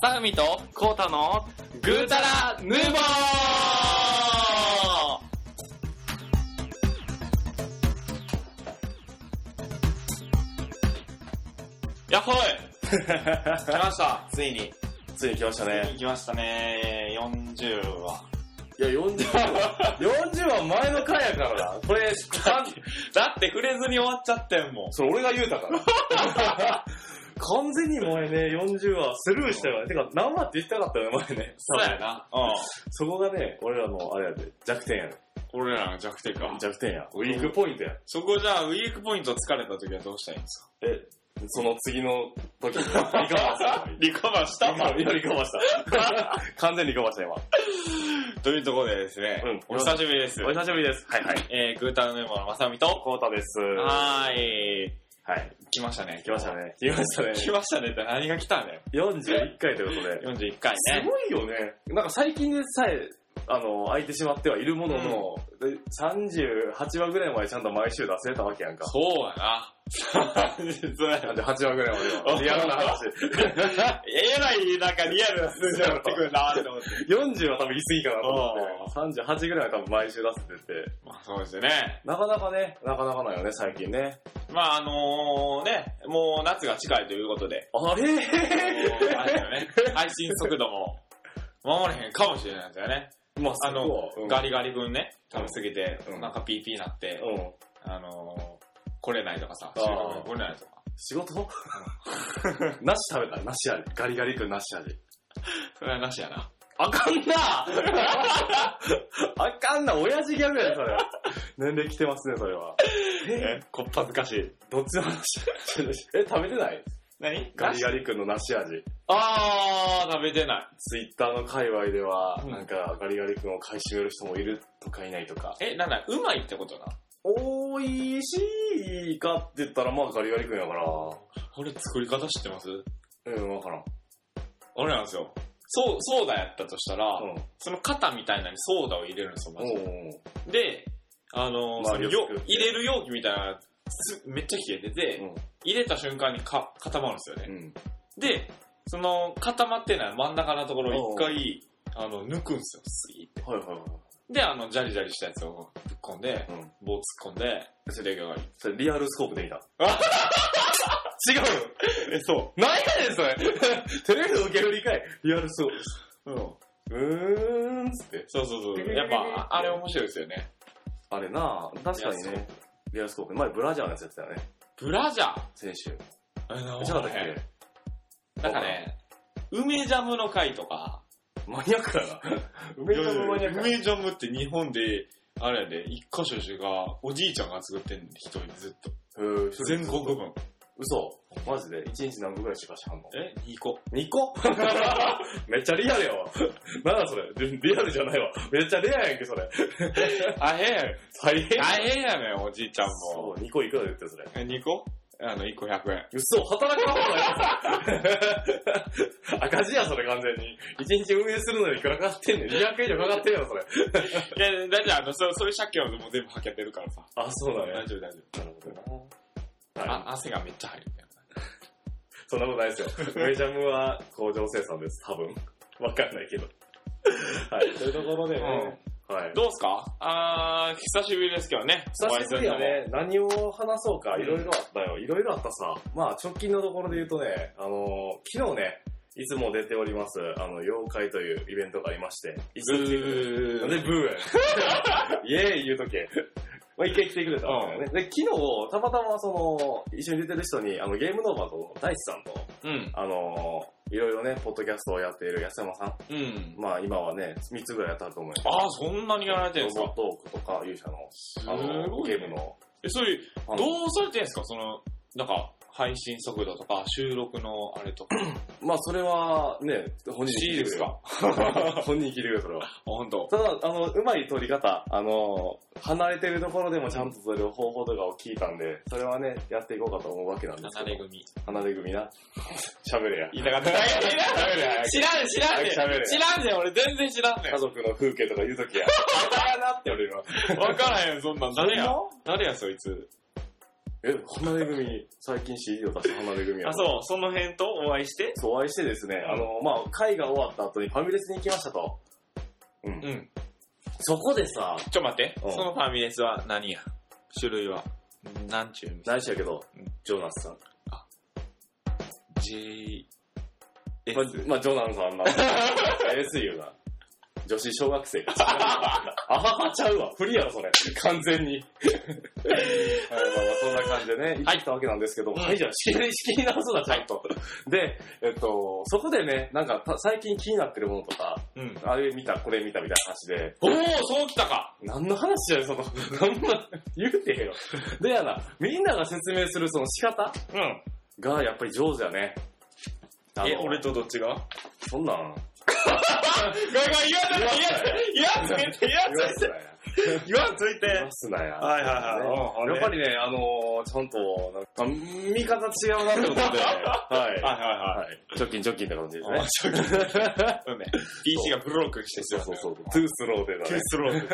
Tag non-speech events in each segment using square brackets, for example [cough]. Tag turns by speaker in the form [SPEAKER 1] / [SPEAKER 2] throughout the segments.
[SPEAKER 1] タフミとコータのグータラヌーボーや
[SPEAKER 2] [laughs]
[SPEAKER 1] っほい来ましたついに。
[SPEAKER 2] ついに来ました
[SPEAKER 1] つい
[SPEAKER 2] ね。
[SPEAKER 1] に来ましたね。40話。
[SPEAKER 2] いや、40は、40は前の回やからな。これ、完
[SPEAKER 1] だって触れずに終わっちゃってんもん。
[SPEAKER 2] それ俺が言うた [laughs] から。完全に前ね、40はスルーしたよね。てか、何話って言ってなかったよね、前ね。
[SPEAKER 1] そうやな。うん。
[SPEAKER 2] そこがね、俺らの、あれやで、弱点やね。
[SPEAKER 1] 俺らの弱点か。
[SPEAKER 2] 弱点や。ウィークポイントや。
[SPEAKER 1] そこじゃあ、ウィークポイント疲れた時はどうしたらいいんです
[SPEAKER 2] え、その次の時 [laughs] に、リカバーした
[SPEAKER 1] か。リカバーし
[SPEAKER 2] 今、今リカバーした。 [laughs] 完全にリカバーした、今。
[SPEAKER 1] というところでですね、
[SPEAKER 2] うん
[SPEAKER 1] お久しぶりです。
[SPEAKER 2] お久しぶりです。はいはい。
[SPEAKER 1] えー、グータンメモのまさみと、
[SPEAKER 2] コータです。は
[SPEAKER 1] はーい。
[SPEAKER 2] い。
[SPEAKER 1] 来ましたね。
[SPEAKER 2] 来ましたね。来ましたね。 [laughs]
[SPEAKER 1] 来ましたねって何が来たんだよ。
[SPEAKER 2] 41回ということで。
[SPEAKER 1] 41回
[SPEAKER 2] す
[SPEAKER 1] ね。
[SPEAKER 2] ごいよね。なんか最近でさえ、あの、空いてしまってはいるものの、で38話ぐらいまでちゃんと毎週出せたわけやんか。
[SPEAKER 1] そうやな。そうや
[SPEAKER 2] なん
[SPEAKER 1] な。
[SPEAKER 2] で8話ぐらいまでは。 [laughs] リアルな話。 [laughs]
[SPEAKER 1] えらい、なんかリアルな数字がってくるなって思って。
[SPEAKER 2] 40は多分言い過ぎかなと思って、38ぐらいは多分毎週出せてて、
[SPEAKER 1] まあそうですよね。
[SPEAKER 2] なかなかね、なかなかないよね、最近ね。
[SPEAKER 1] まああのー、ね、もう夏が近いということ
[SPEAKER 2] [laughs]
[SPEAKER 1] で、
[SPEAKER 2] あれ
[SPEAKER 1] あのあれだよね、配信速度も守れへんかもしれないですよね。
[SPEAKER 2] まあ、
[SPEAKER 1] あの
[SPEAKER 2] そこはうん
[SPEAKER 1] ガリガリ分ね、食べ過ぎて、
[SPEAKER 2] うん
[SPEAKER 1] なんか PP になって、
[SPEAKER 2] うん。
[SPEAKER 1] あのー、来れないとかさ、
[SPEAKER 2] あ
[SPEAKER 1] 収
[SPEAKER 2] ー
[SPEAKER 1] 録に来れないとか。
[SPEAKER 2] 仕 [laughs] 事 [laughs] なし食べたなし味。ガリガリ君なし味。
[SPEAKER 1] それはなしやな。
[SPEAKER 2] あかんな [laughs] あかんな、親父ギャグや、それ。年齢来てますね、それは。え、
[SPEAKER 1] こっぱずかしい。
[SPEAKER 2] どっちの話え、食べてない
[SPEAKER 1] 何
[SPEAKER 2] ガリガ
[SPEAKER 1] リ。
[SPEAKER 2] リ君の梨味。
[SPEAKER 1] あー、食べてない。
[SPEAKER 2] ツイッターの界隈では、
[SPEAKER 1] うん
[SPEAKER 2] なんか、ガリガリ君を買い占める人もいるとかいないとか。
[SPEAKER 1] え、なんだ、うまいってことな。
[SPEAKER 2] おいしいかって言ったら、まあ、ガリガリ君やから。
[SPEAKER 1] 俺作り方知ってます
[SPEAKER 2] うん、わからん。
[SPEAKER 1] あれなんですよ。そう、ソーダやったとしたら、
[SPEAKER 2] うん。
[SPEAKER 1] その型みたいなのにソーダを入れるんですよ、まず。
[SPEAKER 2] お
[SPEAKER 1] で、あのー
[SPEAKER 2] まあ
[SPEAKER 1] その
[SPEAKER 2] よ
[SPEAKER 1] よ
[SPEAKER 2] く
[SPEAKER 1] 入れる容器みたいな、すめっちゃ冷えてて、
[SPEAKER 2] うん
[SPEAKER 1] 入れた瞬間にか固まるんですよね
[SPEAKER 2] う。ん。
[SPEAKER 1] で、その固まってない真ん中のところを一回、あの、抜くんですよ、スイーって。
[SPEAKER 2] はいはいはい。
[SPEAKER 1] で、あの、ジャリジャリしたやつをぶっ込んで、
[SPEAKER 2] うん。
[SPEAKER 1] 棒突っ込んで、それで出来上がり。
[SPEAKER 2] それ、リアルスコープで見た。
[SPEAKER 1] 違うえ、そ
[SPEAKER 2] なんやねん、それテレビの受け売りかい。リアルスコープ。
[SPEAKER 1] う。うん。
[SPEAKER 2] うーん、つって。
[SPEAKER 1] そうそうそう。やっぱ、ああれ面白いですよね。
[SPEAKER 2] あれなあ確か
[SPEAKER 1] リア
[SPEAKER 2] に
[SPEAKER 1] ルスコー
[SPEAKER 2] ね。リアルスコープ。前ブラジャーのやつやってたよね。
[SPEAKER 1] ブラジャー
[SPEAKER 2] 先週。
[SPEAKER 1] あの
[SPEAKER 2] ちょっと待って
[SPEAKER 1] なんかね、梅ジャムの回とか、
[SPEAKER 2] マニアックだ [laughs] な。梅田のマニアックやな。
[SPEAKER 1] 梅ジャムって日本で、あれやで、一箇所しか、おじいちゃんが作ってんの、一人でずっと。
[SPEAKER 2] うー
[SPEAKER 1] 全国。分。
[SPEAKER 2] 嘘。マジで ?1 日何個ぐらいしかしはん [laughs] の
[SPEAKER 1] え ?2 個。
[SPEAKER 2] ?2 [laughs] 個めっちゃリアルやわ。なんだそれ。リリアルじゃないわ。めっちゃレアやんけ、それ。
[SPEAKER 1] 大変やね
[SPEAKER 2] 大変
[SPEAKER 1] 大変やねん、おじいちゃん
[SPEAKER 2] そ
[SPEAKER 1] も。
[SPEAKER 2] う、2個いくらで売ってるそれ。
[SPEAKER 1] え、2個あの、1個100円。
[SPEAKER 2] 嘘、働かん方がいい。 [laughs] 赤字や、それ完全に。1日運営するのにいくらかかってんねん。200円以上かかってるよ、それ。
[SPEAKER 1] いや、だってあの、そうそういう借金はもう全部はけてるからさ。
[SPEAKER 2] あ、そうだね。
[SPEAKER 1] 大丈夫大丈
[SPEAKER 2] なるほど
[SPEAKER 1] 夫。
[SPEAKER 2] な。あ、
[SPEAKER 1] あ、汗がめっちゃ入るみたい
[SPEAKER 2] そんなことないですよ。メジャムは工場生産です、多分。わかんないけど。はい。というところでね。はい
[SPEAKER 1] な。。どうっすかあー、久しぶりですけどね。
[SPEAKER 2] 久しぶりや
[SPEAKER 1] お会い
[SPEAKER 2] ね。何を話そうか、いろいろあったよ。いろいろあったさ。まあ、直近のところで言うとね、あのー、昨日ね、いつも出ております、あの、妖怪というイベントがありまして。いつ
[SPEAKER 1] するの
[SPEAKER 2] なん
[SPEAKER 1] も。
[SPEAKER 2] でブー [laughs] やねんイェーイ言うとけ。まあ、一回来てくれたんだよね。で、昨日、たまたまその、一緒に出てる人に、あの、ゲームノーバーと大地さんと、
[SPEAKER 1] うん。
[SPEAKER 2] あのーいろいろね、ポッドキャストをやっている安山さん。
[SPEAKER 1] うん。
[SPEAKER 2] まあ今はね、3つぐらいやったと思うよ。
[SPEAKER 1] あー、そんなにやられてるんです
[SPEAKER 2] ロボ
[SPEAKER 1] か
[SPEAKER 2] ットークとか勇者の、
[SPEAKER 1] す
[SPEAKER 2] あの、
[SPEAKER 1] ごい
[SPEAKER 2] ゲ
[SPEAKER 1] ね。
[SPEAKER 2] ームの。
[SPEAKER 1] え、それ、
[SPEAKER 2] あの
[SPEAKER 1] どうされてんすかその、なんか、配信速度とか、収録のあれとか。
[SPEAKER 2] まあそれはね、本人
[SPEAKER 1] いいですか
[SPEAKER 2] か [laughs] 本人に聞いてくれよ、それは。
[SPEAKER 1] あ、ほんと。
[SPEAKER 2] ただ、あの、うまい取り方、あのー離れてるところでもちゃんとそれを方法とかを聞いたんで、それはね、やっていこうかと思うわけなんです
[SPEAKER 1] 離
[SPEAKER 2] け
[SPEAKER 1] れ
[SPEAKER 2] ど。
[SPEAKER 1] 組。
[SPEAKER 2] 離れ組な。 [laughs] 喋れや。
[SPEAKER 1] 言いたかった。知
[SPEAKER 2] 喋れや。
[SPEAKER 1] らん、知らんね
[SPEAKER 2] 早く喋れ
[SPEAKER 1] ん。知らんねん、俺全然知らんね
[SPEAKER 2] 家族の風景とか言うときや。 [laughs] バカやなって俺は。
[SPEAKER 1] ん。わからへん、そんなん。誰や
[SPEAKER 2] ほんま
[SPEAKER 1] 誰や、そいつ。
[SPEAKER 2] え、離れ組、最近 CD を出した離れ組や
[SPEAKER 1] あ、そう、その辺とお会いして、
[SPEAKER 2] そう、お会いしてですね、あの、まあ、会が終わった後にファミレスに行きましたと。うん。
[SPEAKER 1] うん。
[SPEAKER 2] そこでさ、
[SPEAKER 1] ちょ待って、
[SPEAKER 2] うん
[SPEAKER 1] そのファミレスは何や種類は。なんちゅう店
[SPEAKER 2] 何しやけど
[SPEAKER 1] うん、
[SPEAKER 2] ジョナスさん。
[SPEAKER 1] ?J、S
[SPEAKER 2] ま、まあ、ジョナンさんなん [laughs] だ。SU な。女子小学生。あははちゃうわ。不利やろ、それ。完全に。はい、まあまあ、そんな感じでね、行ってきたわけなんですけど、
[SPEAKER 1] うん
[SPEAKER 2] はい、じゃあ、仕切り仕切り直すな、ちゃんと。で、えっと、そこでね、なんか、た最近気になってるものとか、
[SPEAKER 1] うん。
[SPEAKER 2] あれ見た、これ見たみたいな話で、
[SPEAKER 1] おー、そうきたか
[SPEAKER 2] 何の話じゃよ、その、何も言うてへんよ。でやな、みんなが説明するその仕方
[SPEAKER 1] うん。
[SPEAKER 2] が、やっぱり上手やね。あの
[SPEAKER 1] え、俺、とどっちががが、
[SPEAKER 2] そんなん、
[SPEAKER 1] いやつ、いやつ、いやつ、いや
[SPEAKER 2] 言わすなや。
[SPEAKER 1] つ、いやついて。
[SPEAKER 2] 言わすなや。
[SPEAKER 1] はいはいはい。
[SPEAKER 2] やっぱりね、あのー、ちゃんと、なんか、見方違うなってことで、
[SPEAKER 1] [laughs]
[SPEAKER 2] はい。
[SPEAKER 1] はいはいはい。
[SPEAKER 2] はい。貯金貯金って感じです
[SPEAKER 1] 面
[SPEAKER 2] ね。
[SPEAKER 1] 白い。うんね。PC がブロックしてし
[SPEAKER 2] そう
[SPEAKER 1] ま
[SPEAKER 2] そうそう。 [laughs] ト
[SPEAKER 1] トゥ
[SPEAKER 2] ゥースローでだ
[SPEAKER 1] ー
[SPEAKER 2] ね。
[SPEAKER 1] スロー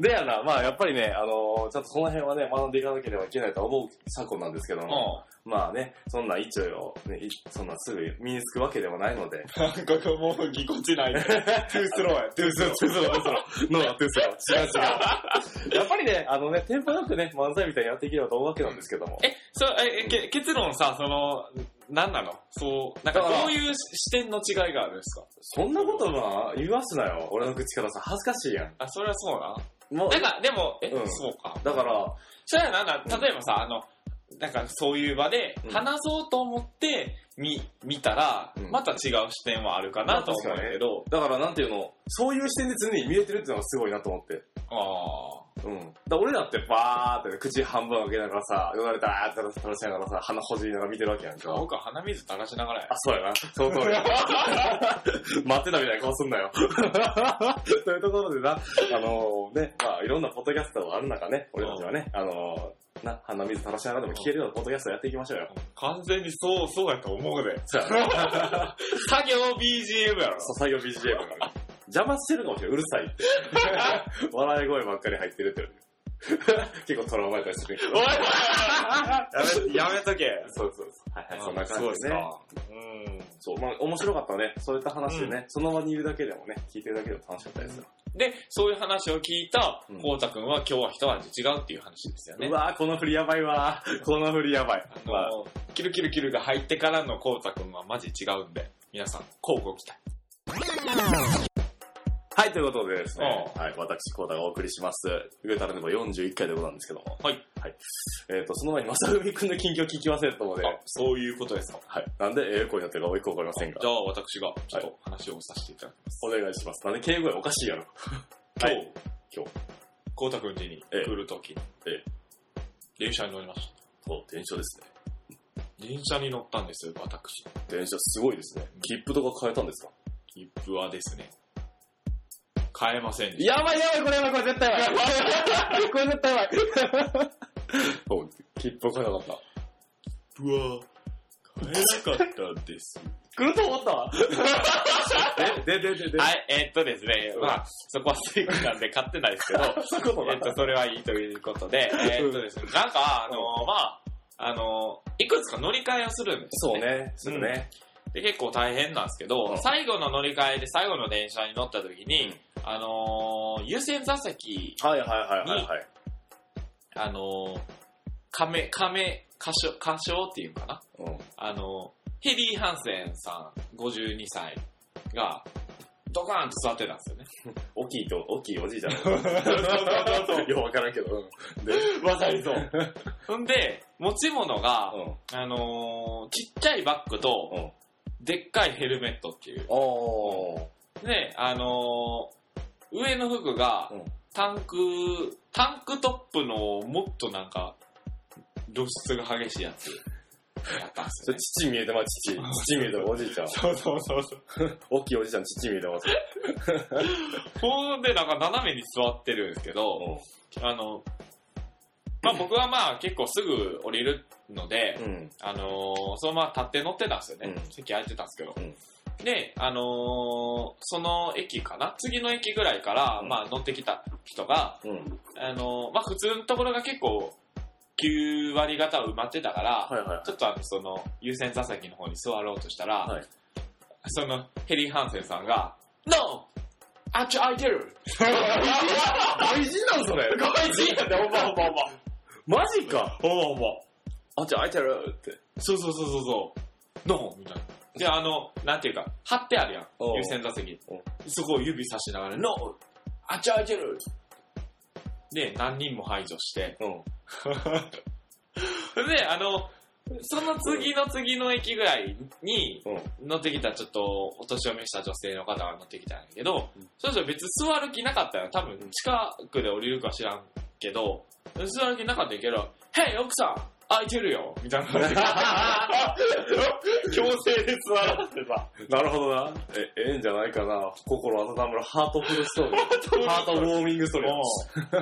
[SPEAKER 1] で。
[SPEAKER 2] でやな、まあやっぱりね、あのー、ちょっとその辺はね、学んでいかなければいけないと思う昨今なんですけども、
[SPEAKER 1] う
[SPEAKER 2] まあね、そんな一応、ね、いそんなすぐ身につくわけではないので、
[SPEAKER 1] ん。ここもうぎこちないね。トゥースローや。
[SPEAKER 2] トゥースロー、トゥースロー、トゥースロー、ノートゥースロー、違う [laughs] 違う。やっぱりね、あのね、テンポよくね、漫才みたいにやっていければと思うわけなんですけども。
[SPEAKER 1] え、そう、え、えけ結論さ、その、なんなのそう、なんか
[SPEAKER 2] だから
[SPEAKER 1] どういう視点の違いがあるんですか
[SPEAKER 2] そんなことな、言わすなよ。俺の口からさ、恥ずかしいやん。
[SPEAKER 1] あ、それはそうな。
[SPEAKER 2] もう、
[SPEAKER 1] なんか、でも、え
[SPEAKER 2] う、ん
[SPEAKER 1] そうか。
[SPEAKER 2] だから、
[SPEAKER 1] それはなんだ、例えばさ、あの、なんかそういう場で
[SPEAKER 2] うん
[SPEAKER 1] 話そうと思って見、見たら
[SPEAKER 2] うん、
[SPEAKER 1] また違う視点はあるかなと思うんだけど、
[SPEAKER 2] だからなんていうの、そういう視点で常に見えてるっていうのがすごいなと思って。
[SPEAKER 1] ああ。
[SPEAKER 2] うん。だから俺らってバーって口半分開けながらさ、よだれたーって垂らしながらさ、鼻ほじりながら見てるわけやんか。
[SPEAKER 1] 僕は鼻水垂らしな
[SPEAKER 2] [laughs]
[SPEAKER 1] がらや
[SPEAKER 2] あ、。そうやな。その通りや。待ってたみたいな顔すんなよ。 [laughs] というところでな、あのね、まあいろんなポッドキャストがある中ね、俺たちはね、あのな、鼻水垂らしながらでも聞けるようなポッドキャストやっていきましょうよ。
[SPEAKER 1] 完全にそう、そうやと思うで。
[SPEAKER 2] [laughs] そうやな。
[SPEAKER 1] 作業 BGM やろ。
[SPEAKER 2] そう作業 BGM がね。邪魔してるかもしれない。うるさいって。
[SPEAKER 1] [laughs]
[SPEAKER 2] 笑い声ばっかり入ってるって言われ [laughs] て。結構トラウマやったりするけど。
[SPEAKER 1] おいおいやめ、やめとけ。
[SPEAKER 2] そうそうそう。はいはい、そんな
[SPEAKER 1] そうで
[SPEAKER 2] 感じ
[SPEAKER 1] す
[SPEAKER 2] でね。
[SPEAKER 1] か。う
[SPEAKER 2] そう、まあ面白かったね。そういった話でね、その場にいるだけでもね、聞いてるだけでも楽しかったですよ。
[SPEAKER 1] ん。で、そういう話を聞いた
[SPEAKER 2] うん、
[SPEAKER 1] こうたくんは今日は一味違うっていう話ですよね。
[SPEAKER 2] うわーこの振りやばいわーこの振りやばい。
[SPEAKER 1] あ
[SPEAKER 2] まあ、
[SPEAKER 1] の、キルキルキルが入ってからのこうたくんはマジ違うんで、皆さん、こうご期待。
[SPEAKER 2] はい、ということでですね、はい、私、コータがお送りします。上からでも41回でございんですけども。
[SPEAKER 1] はい。
[SPEAKER 2] はい。えっ、と、その前に、まさふみくんの近況聞き忘れてたので、
[SPEAKER 1] あ、そういうことですか。
[SPEAKER 2] はい。なんで、ええ声になってるか、おいくわかりませんが
[SPEAKER 1] じゃ。あ、私が、ちょっと話をさせていただきます。
[SPEAKER 2] お願いします。なんで敬語やおかしいやろ。
[SPEAKER 1] 今
[SPEAKER 2] はい
[SPEAKER 1] 日、
[SPEAKER 2] [laughs] 今日。
[SPEAKER 1] こうたくん家に来るときに
[SPEAKER 2] え、
[SPEAKER 1] 電車に乗りました。
[SPEAKER 2] そう、電車ですね。
[SPEAKER 1] 電車に乗ったんですよ、私。
[SPEAKER 2] 電車すごいですね。切符とか変えたんですか
[SPEAKER 1] 切符はですね、買えませんでした。
[SPEAKER 2] やばいやばい、これやばい、これ絶対やば [laughs] い。これ絶対やばい。そう、切符変えなかった。
[SPEAKER 1] 切符は、買えなかったんです。
[SPEAKER 2] 来ると思った [laughs] わ。で、で、で、で、で。
[SPEAKER 1] はい、えーっとですね、まあ、そこはセーフなんで買ってないですけど、
[SPEAKER 2] [laughs] そういうこと
[SPEAKER 1] えーっと、それはいいということ
[SPEAKER 2] [laughs]
[SPEAKER 1] で、えーっとですね、なんか、あのーまあ、あのーいくつか乗り換えをするんですよ
[SPEAKER 2] そう
[SPEAKER 1] ね。
[SPEAKER 2] ね、するね。
[SPEAKER 1] で、結構大変なんですけど、
[SPEAKER 2] うん
[SPEAKER 1] 最後の乗り換えで最後の電車に乗った時に、あのー優先座席、
[SPEAKER 2] はいはいはいはいはい。
[SPEAKER 1] あのー、亀、亀、歌唱、歌唱っていうんかな
[SPEAKER 2] うん。
[SPEAKER 1] あの、ヘリー・ハンセンさん、52歳が、ドカーンと座ってたんですよね。
[SPEAKER 2] 大きいと、大きいおじいちゃん。
[SPEAKER 1] [laughs] そうそうそう
[SPEAKER 2] よくわからんけど。う
[SPEAKER 1] [laughs]
[SPEAKER 2] んで、
[SPEAKER 1] まさにそう。ほんで、持ち物が、
[SPEAKER 2] うん。
[SPEAKER 1] あのーちっちゃいバッグと、
[SPEAKER 2] うん。
[SPEAKER 1] でっかいヘルメットっていう。
[SPEAKER 2] おー。
[SPEAKER 1] で、あのー上の服が
[SPEAKER 2] うん、
[SPEAKER 1] タンク、タンクトップのもっとなんか、露出が激しいやつ、やったんですよ
[SPEAKER 2] それ、父見えてます、父。父見えてます、おじいちゃ
[SPEAKER 1] [laughs]
[SPEAKER 2] ん。
[SPEAKER 1] そうそうそうそう。
[SPEAKER 2] 大きいおじいちゃん、父見えてます。
[SPEAKER 1] ほんで、なんか斜めに座ってるんですけど、あの、まあ僕はまあ結構すぐ降りるので、
[SPEAKER 2] うん。
[SPEAKER 1] あのーそのまま立って乗ってたんですよね。
[SPEAKER 2] うん
[SPEAKER 1] 席空いてたんですけど。
[SPEAKER 2] うん
[SPEAKER 1] で、あのーその駅かな次の駅ぐらいから、
[SPEAKER 2] うん
[SPEAKER 1] まあ乗ってきた人が、
[SPEAKER 2] うん。
[SPEAKER 1] あのーまあ普通のところが結構、 9割方は埋まってたから、
[SPEAKER 2] はいは
[SPEAKER 1] [laughs] ちょっとあの、その、優先座席の方に座ろうとしたら、
[SPEAKER 2] はい
[SPEAKER 1] その、ヘリー・ハンセンさんが、No! あっち空いてる
[SPEAKER 2] い。外人なんそれ。
[SPEAKER 1] 外人やで、ほんまほんまほんま。
[SPEAKER 2] マジか。
[SPEAKER 1] ほんまほんま。あっち空いてるって。そうそうそうそうそう。No! みたいな。で、あの、なんていうか、貼ってあるやん。
[SPEAKER 2] おう
[SPEAKER 1] 優先座席
[SPEAKER 2] おう。
[SPEAKER 1] そこを指さしながら、No! あっち空いてるで、何人も排除して。
[SPEAKER 2] うん。
[SPEAKER 1] で、あの、その次の次の駅ぐらいに、
[SPEAKER 2] うん。
[SPEAKER 1] 乗 [laughs] ってきたちょっとお年を召した女性の方が乗ってきたんやけど、
[SPEAKER 2] うん
[SPEAKER 1] その人別に座る気なかったよ。多分近くで降りるか知らんけど、座る気なかったんやけど、へい奥さん空いてるよみたいな感じで
[SPEAKER 2] 強制で座らせてさ。なるほどな。え、ええんじゃないかな。心温まるハートフルストー
[SPEAKER 1] [laughs]
[SPEAKER 2] リー。ハートウォーミングストーリ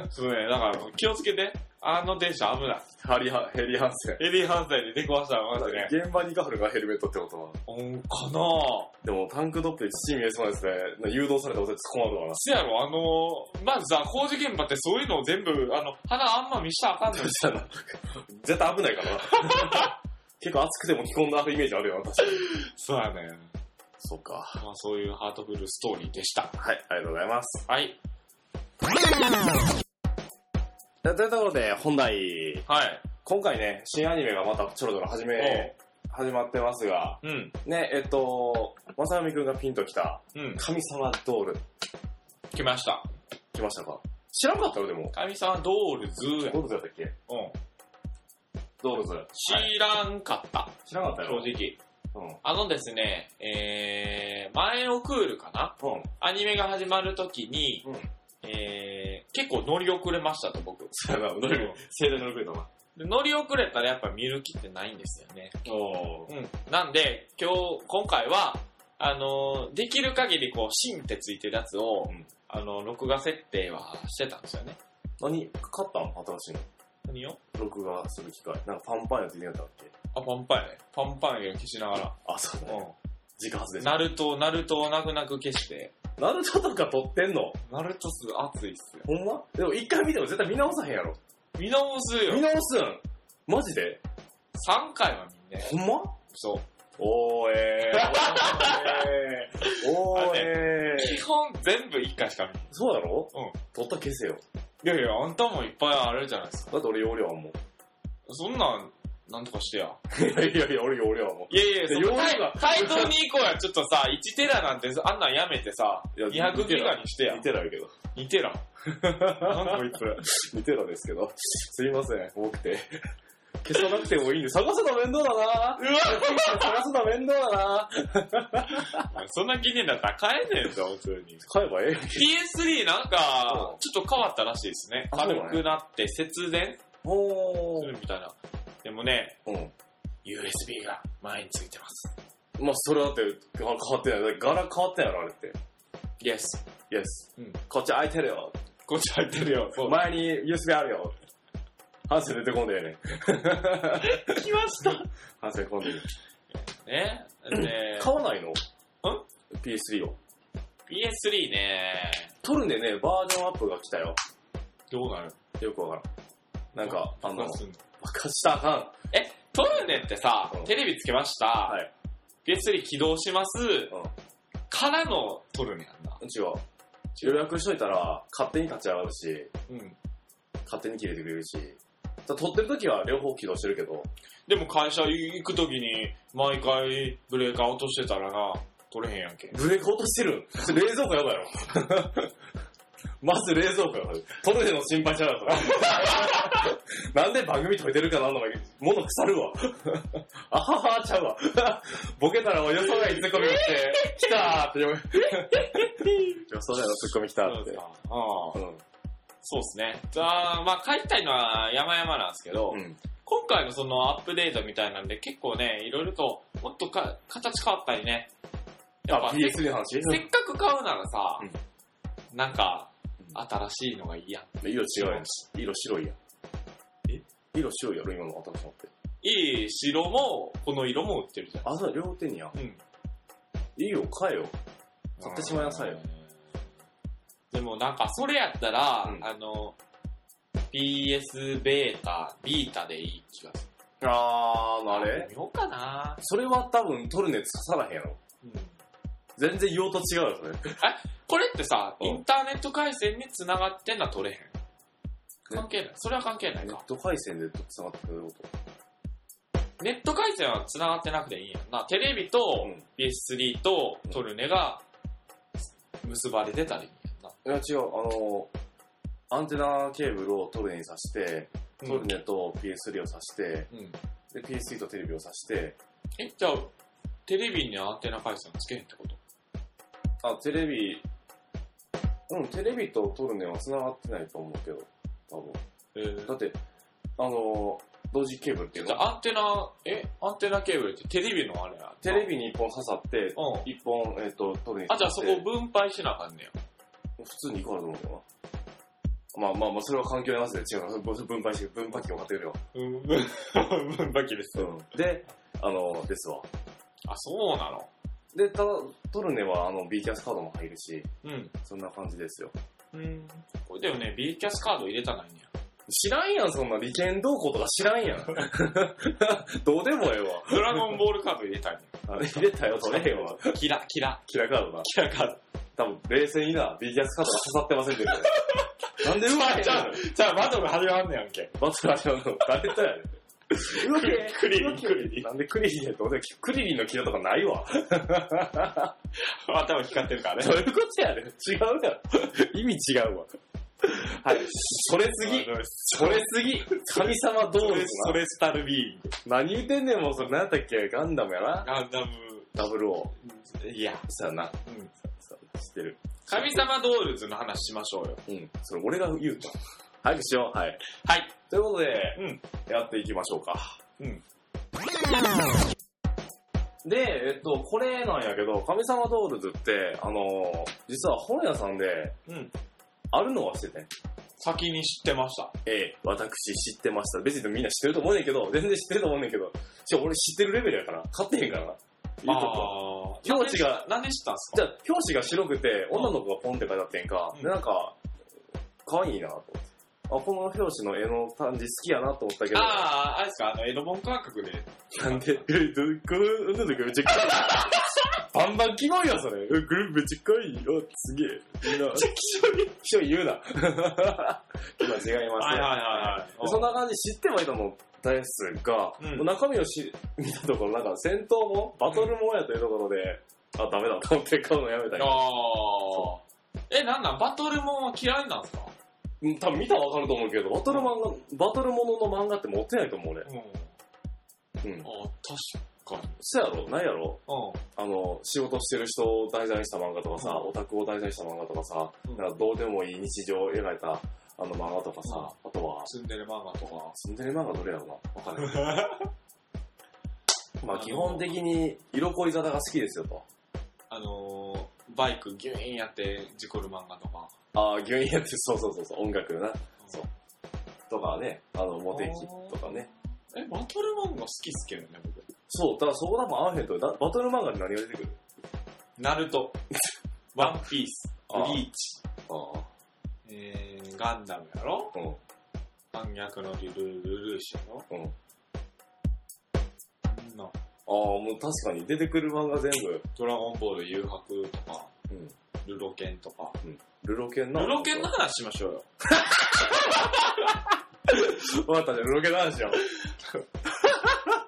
[SPEAKER 2] ー。
[SPEAKER 1] そうね、だから気をつけて。あの電車危ない。
[SPEAKER 2] ハリハ、ヘリハンセン。
[SPEAKER 1] エディハンセンに出くわしたらマジでね。
[SPEAKER 2] 現場にガフルがヘルメットってことは。
[SPEAKER 1] うん、かなぁ。
[SPEAKER 2] でも、タンクトップで父見えそうですね。誘導されたら俺困るわな。
[SPEAKER 1] そやろ、あのまずさ、工事現場ってそういうのを全部、あの、鼻あんま見したらあかんのよ。
[SPEAKER 2] したら、絶対危ないからな。 [laughs] 結構暑くても着込んだイメージあるよな、確かに。
[SPEAKER 1] そうやね。
[SPEAKER 2] そうか。
[SPEAKER 1] まあそういうハートフルストーリーでした。
[SPEAKER 2] はい、ありがとうございます。
[SPEAKER 1] はい。
[SPEAKER 2] というところで、本題。
[SPEAKER 1] はい。
[SPEAKER 2] 今回ね、新アニメがまたちょろちょろ始め、始まってますが、
[SPEAKER 1] うん。
[SPEAKER 2] ね、えっと、まさみくんがピンときた、
[SPEAKER 1] うん。
[SPEAKER 2] 神様ドール、
[SPEAKER 1] 来ました。
[SPEAKER 2] 来ましたか知らんかったよ、でも。
[SPEAKER 1] 神様ドールズや。
[SPEAKER 2] ドールズやったっけ
[SPEAKER 1] うん。
[SPEAKER 2] ドールズ。はい
[SPEAKER 1] 知らんかった。
[SPEAKER 2] 知らんかった
[SPEAKER 1] 正
[SPEAKER 2] よ。
[SPEAKER 1] 直。
[SPEAKER 2] うん。うん。
[SPEAKER 1] あのですね、えー、前をクールかなアニメが始まるときに、
[SPEAKER 2] うん
[SPEAKER 1] えー、結構乗り遅れましたと僕。
[SPEAKER 2] そうやな、 [laughs] 乗り遅れ、盛大に乗り遅れたな。
[SPEAKER 1] で [laughs] 乗り遅れたらやっぱ見る気ってないんですよね。
[SPEAKER 2] おー。
[SPEAKER 1] うん。なんで、今日、今回は、あのーできる限りこう、芯ってついてるやつを、
[SPEAKER 2] うん
[SPEAKER 1] あの、録画設定はしてたんですよね。
[SPEAKER 2] 何買ったん新しいの。
[SPEAKER 1] 何よ
[SPEAKER 2] 録画する機械。なんかパンパンやついてなかったっけ
[SPEAKER 1] あ、パンパンやね。パンパンや消しながら。
[SPEAKER 2] あ、そう
[SPEAKER 1] う
[SPEAKER 2] だね。
[SPEAKER 1] ん。
[SPEAKER 2] 自家発電。
[SPEAKER 1] ナルト、ナルトを泣く泣く消して。
[SPEAKER 2] ナルトとか撮ってんの
[SPEAKER 1] ナルト数熱いっすよ。
[SPEAKER 2] ほんまでも一回見ても絶対見直さへんやろ。
[SPEAKER 1] 見直す
[SPEAKER 2] 見
[SPEAKER 1] よ。
[SPEAKER 2] 直すんマジで
[SPEAKER 1] 3回は見んね。
[SPEAKER 2] ほんま
[SPEAKER 1] そう。
[SPEAKER 2] おーえー。 [laughs] おーえー。おーえー。
[SPEAKER 1] 基本全部1回しか見ん
[SPEAKER 2] そうだろ
[SPEAKER 1] うん。
[SPEAKER 2] 撮ったら消せよ。
[SPEAKER 1] いやいや、あんたもいっぱいあるじゃないですか。
[SPEAKER 2] だって俺容量あんもん。
[SPEAKER 1] そんなん、なんとかしてや。
[SPEAKER 2] いやいやいや、俺容量あんもん。
[SPEAKER 1] いやいや、そ
[SPEAKER 2] 容
[SPEAKER 1] の
[SPEAKER 2] 量
[SPEAKER 1] タイ
[SPEAKER 2] が
[SPEAKER 1] タイトルに以降はちょっとさ、1テラなんてあんなんやめてさ、
[SPEAKER 2] いや
[SPEAKER 1] 200ギガにしてや
[SPEAKER 2] 似。て [laughs] ないけど。
[SPEAKER 1] 2テラ。 [laughs] なんこいつ。
[SPEAKER 2] 似てるんですけど。すいません、多くて。 [laughs] 消さなくてもいいんで、探すの面倒だな
[SPEAKER 1] うわ
[SPEAKER 2] 探すの面倒だな
[SPEAKER 1] そんな気になったら買えねえぞ、普通に。
[SPEAKER 2] 買えばええ
[SPEAKER 1] PS3 なんか
[SPEAKER 2] うん、
[SPEAKER 1] ちょっと変わったらしいですね。
[SPEAKER 2] あそうな
[SPEAKER 1] 軽
[SPEAKER 2] んや
[SPEAKER 1] くなって節電
[SPEAKER 2] お
[SPEAKER 1] するみたいな。でもね、
[SPEAKER 2] うん。
[SPEAKER 1] USB が前についてます。
[SPEAKER 2] まあ、それだって、変わってない。だって柄変わってないやろ、あれって。
[SPEAKER 1] Yes。
[SPEAKER 2] イエス。
[SPEAKER 1] うん
[SPEAKER 2] こっち空いてるよ。
[SPEAKER 1] こっち入ってるよ。そう。
[SPEAKER 2] 前に USB あるよ。反省出てこんでよね。
[SPEAKER 1] 来ました。
[SPEAKER 2] 反省こんでる。
[SPEAKER 1] ね。で、
[SPEAKER 2] 買わないのん ?PS3 を。
[SPEAKER 1] PS3 ね、
[SPEAKER 2] 取るんでね、バージョンアップが来たよ。
[SPEAKER 1] どうなる
[SPEAKER 2] よくわからん。なんか、あの、
[SPEAKER 1] どう
[SPEAKER 2] 爆
[SPEAKER 1] すんの
[SPEAKER 2] 発したらあかん。
[SPEAKER 1] え、トルネってさ
[SPEAKER 2] うん、
[SPEAKER 1] テレビつけました。
[SPEAKER 2] い
[SPEAKER 1] PS3 起動します。
[SPEAKER 2] ん
[SPEAKER 1] からのトルネやんな。
[SPEAKER 2] うちは。予約しといたら、勝手に立ち上がるし、
[SPEAKER 1] うん。
[SPEAKER 2] 勝手に切れてくれるし。だ撮ってる時は両方起動してるけど、
[SPEAKER 1] でも会社行くときに、毎回ブレーカー落としてたらな、取れへんやんけ。
[SPEAKER 2] ブレーク落としてるそれ冷蔵庫やばいろ。 [laughs] まず冷蔵庫やばい。トルネの心配しなかった。なんで番組解いてるかなんのか、物腐るわ。あははちゃうわ。ボケたらおよそがいツッコミが来て、来たーって読む。よそがいのツッコミ来た
[SPEAKER 1] そ
[SPEAKER 2] っ
[SPEAKER 1] うで
[SPEAKER 2] て
[SPEAKER 1] す。か。ああ
[SPEAKER 2] うん
[SPEAKER 1] そうですね。じゃあ、まあ、帰りたいのは山々なんですけど、
[SPEAKER 2] うん。
[SPEAKER 1] 今回のそのアップデートみたいなんで結構ね、いろいろと、もっとか形変わったりね。やっ
[SPEAKER 2] あ
[SPEAKER 1] ぱ、、せっ
[SPEAKER 2] PS の話
[SPEAKER 1] せっかく買うならさ、なんか
[SPEAKER 2] う、ん
[SPEAKER 1] 新しいのがいいやん。
[SPEAKER 2] 色違うやん。色白いやん。
[SPEAKER 1] え
[SPEAKER 2] 色白いやろ今の私のって。
[SPEAKER 1] いい白も、この色も売ってるじゃん。
[SPEAKER 2] あ、そう両手にやん。
[SPEAKER 1] うん。
[SPEAKER 2] いいよ、買えよ。買ってしまいなさいよ。
[SPEAKER 1] でもなんか、それやったら、
[SPEAKER 2] うん
[SPEAKER 1] あの、 PS ベータ、ビータでいい気がす
[SPEAKER 2] あー、
[SPEAKER 1] る。
[SPEAKER 2] あれ
[SPEAKER 1] 見ようかな
[SPEAKER 2] それは多分トルネつかさらへんやろ。全然用途違うよ、それ。
[SPEAKER 1] これってさ、
[SPEAKER 2] うん
[SPEAKER 1] インターネット回線に繋がってんのは取れへん。
[SPEAKER 2] ね
[SPEAKER 1] 関係ない。それは関係ない
[SPEAKER 2] ネッ
[SPEAKER 1] か。
[SPEAKER 2] ト回線で繋がってるこ
[SPEAKER 1] ネット回線は繋がってなくていいんやんな。テレビと
[SPEAKER 2] うん
[SPEAKER 1] PS3 とトルネが結ばれてたらいいんやんな。
[SPEAKER 2] と。いや、違う、あの、アンテナケーブルをトルネに挿して、トルネと PS3 を挿して、
[SPEAKER 1] うん
[SPEAKER 2] で、PS3 とテレビを挿して、
[SPEAKER 1] え、じゃあ、テレビにアンテナ回線つけへんってこと
[SPEAKER 2] あ、テレビ、うん、テレビとトルネは繋がってないと思うけど、多分。
[SPEAKER 1] えー
[SPEAKER 2] だって、あの、同時ケーブルっていう
[SPEAKER 1] じゃ
[SPEAKER 2] の
[SPEAKER 1] あアンテナ、えアンテナケーブルってテレビのあれや。
[SPEAKER 2] テレビに一本刺さって、
[SPEAKER 1] うん。
[SPEAKER 2] 一本、えっ、と、トルネに挿して
[SPEAKER 1] あ、じゃあそこ分配しなあかんねや。
[SPEAKER 2] 普通に行こうと思うよな。まあまあまあ、それは環境に合わせて違う。分分配して、分配器を買ってくるよ。
[SPEAKER 1] うん、 [laughs] 分配です。
[SPEAKER 2] うん。で、あの、ですわ。
[SPEAKER 1] あ、そうなの
[SPEAKER 2] で、ただ、トルネは、あの、B キャスカードも入るし、
[SPEAKER 1] うん。
[SPEAKER 2] そんな感じですよ。
[SPEAKER 1] うん。これでもね、B キャスカード入れたないんや。
[SPEAKER 2] 知らんやん、そんな利権動向とか知らんやん。 [laughs] どうでもええ
[SPEAKER 1] ドラゴンボールカード入れたんや。
[SPEAKER 2] わ。あ入れたよ、取れへんわ。
[SPEAKER 1] [laughs] キラ、キラ。
[SPEAKER 2] キラカードな。
[SPEAKER 1] キラカード。
[SPEAKER 2] 多分、冷静にな、B キャスカードが刺さってませんけど。なんでうまい
[SPEAKER 1] じゃあ、 [laughs] じゃあバトル始まんねやんけ。
[SPEAKER 2] バトルアシャンの誰とやねん。動け
[SPEAKER 1] [laughs] クリリンクリリン
[SPEAKER 2] なんでクリリンやと思ってクリリンのキラとかないわ。
[SPEAKER 1] 頭光ってるからね。
[SPEAKER 2] ういうことやねん。違うやろ。意味違うわ。はい。それ次。それ次。神様どう
[SPEAKER 1] そ
[SPEAKER 2] で
[SPEAKER 1] れ、
[SPEAKER 2] す
[SPEAKER 1] それスタルビーン。
[SPEAKER 2] 何言ってんねん、もうそれ。何やったっけガンダムやな。
[SPEAKER 1] ガンダム。
[SPEAKER 2] ダブルオ
[SPEAKER 1] いや、
[SPEAKER 2] ー。そうやな。
[SPEAKER 1] うん。
[SPEAKER 2] そう知ってる。
[SPEAKER 1] 神様ドールズの話しましょうよ。
[SPEAKER 2] うん。それ俺が言うと。早くしよう。はい。
[SPEAKER 1] はい。
[SPEAKER 2] ということで、
[SPEAKER 1] うん
[SPEAKER 2] やっていきましょうか。
[SPEAKER 1] うん。
[SPEAKER 2] で、えっと、これなんやけど、神様ドールズって、あのー実は本屋さんで、
[SPEAKER 1] うん
[SPEAKER 2] あるのは知ってて、
[SPEAKER 1] 先に知ってました。
[SPEAKER 2] ええ、私知ってました。別にみんな知ってると思うねんけど、全然知ってると思うねんけど、しかも俺知ってるレベルやから、買ってへんからな。言う
[SPEAKER 1] あ
[SPEAKER 2] とこ
[SPEAKER 1] あ。
[SPEAKER 2] 表紙が
[SPEAKER 1] なんで知ったんす
[SPEAKER 2] じ
[SPEAKER 1] か
[SPEAKER 2] ゃあ、表紙が白くて、女の子がポンって書いてあってんか、
[SPEAKER 1] うん
[SPEAKER 2] で、なんか、可愛いなと思って。あ、この表紙の絵の感じ好きやなと思ったけど、
[SPEAKER 1] ああー、あれですか、あの、江戸本感覚で。
[SPEAKER 2] なんで、え、どこの女の子めっちゃ可愛い。バンバンキモいよ、それ。え、これめっちゃ可愛いよ。すげえ。みんな、
[SPEAKER 1] ゃ気象に。
[SPEAKER 2] 一緒に言うな。今違います
[SPEAKER 1] はい
[SPEAKER 2] ね。
[SPEAKER 1] はいはいはい。
[SPEAKER 2] そんな感じ知ってはいたのですが、
[SPEAKER 1] うん
[SPEAKER 2] もう中身を知見たところ、なんか戦闘もバトルもやというところで、あ、ダメだと思って買うのやめたり。
[SPEAKER 1] ああ。え、なんなんバトルもん嫌いなんすか
[SPEAKER 2] うん多分見たらわかると思うけど、バトル漫画、バトルものの漫画って持ってないと思う俺。
[SPEAKER 1] うん。
[SPEAKER 2] うん
[SPEAKER 1] あ。あ、確かに。
[SPEAKER 2] そうやろないやろ
[SPEAKER 1] う
[SPEAKER 2] あの、仕事してる人を題材にした漫画とかさ、
[SPEAKER 1] う
[SPEAKER 2] オタクを題材にした漫画とかさ、
[SPEAKER 1] ん。
[SPEAKER 2] なんかどうでもいい日常を描いたあの漫画とかさ、あとは、
[SPEAKER 1] ツンデレ漫画とか。
[SPEAKER 2] ツンデレ漫画どれやろなわかんない。 [laughs] まあ基本的に色恋沙汰が好きですよと。
[SPEAKER 1] あのー、バイクギュイーンやって事故る漫画とか。
[SPEAKER 2] ああ、牛乳やって、そうそうそうそう、音楽な。
[SPEAKER 1] そう。
[SPEAKER 2] とかね、あの、モテキとかね。
[SPEAKER 1] え、バトル漫画好きっすけどね、僕。
[SPEAKER 2] そう、だからそこ多分合わへんと、だバトル漫画で何が出てくる
[SPEAKER 1] ナル [laughs] ト。ワンピース。ブ
[SPEAKER 2] あ
[SPEAKER 1] リーチ。
[SPEAKER 2] ああ、
[SPEAKER 1] えー、ガンダムやろ
[SPEAKER 2] うん。
[SPEAKER 1] 反逆のリルルルーシュの。
[SPEAKER 2] うん
[SPEAKER 1] んな。
[SPEAKER 2] ああ、もう確かに出てくる漫画全部、
[SPEAKER 1] ドラゴンボール誘白とか、
[SPEAKER 2] うん
[SPEAKER 1] ルロケンとか。
[SPEAKER 2] ルロケンな。
[SPEAKER 1] ルロケンの話しましょうよ。
[SPEAKER 2] わかったじゃん、ルロケンの話よ。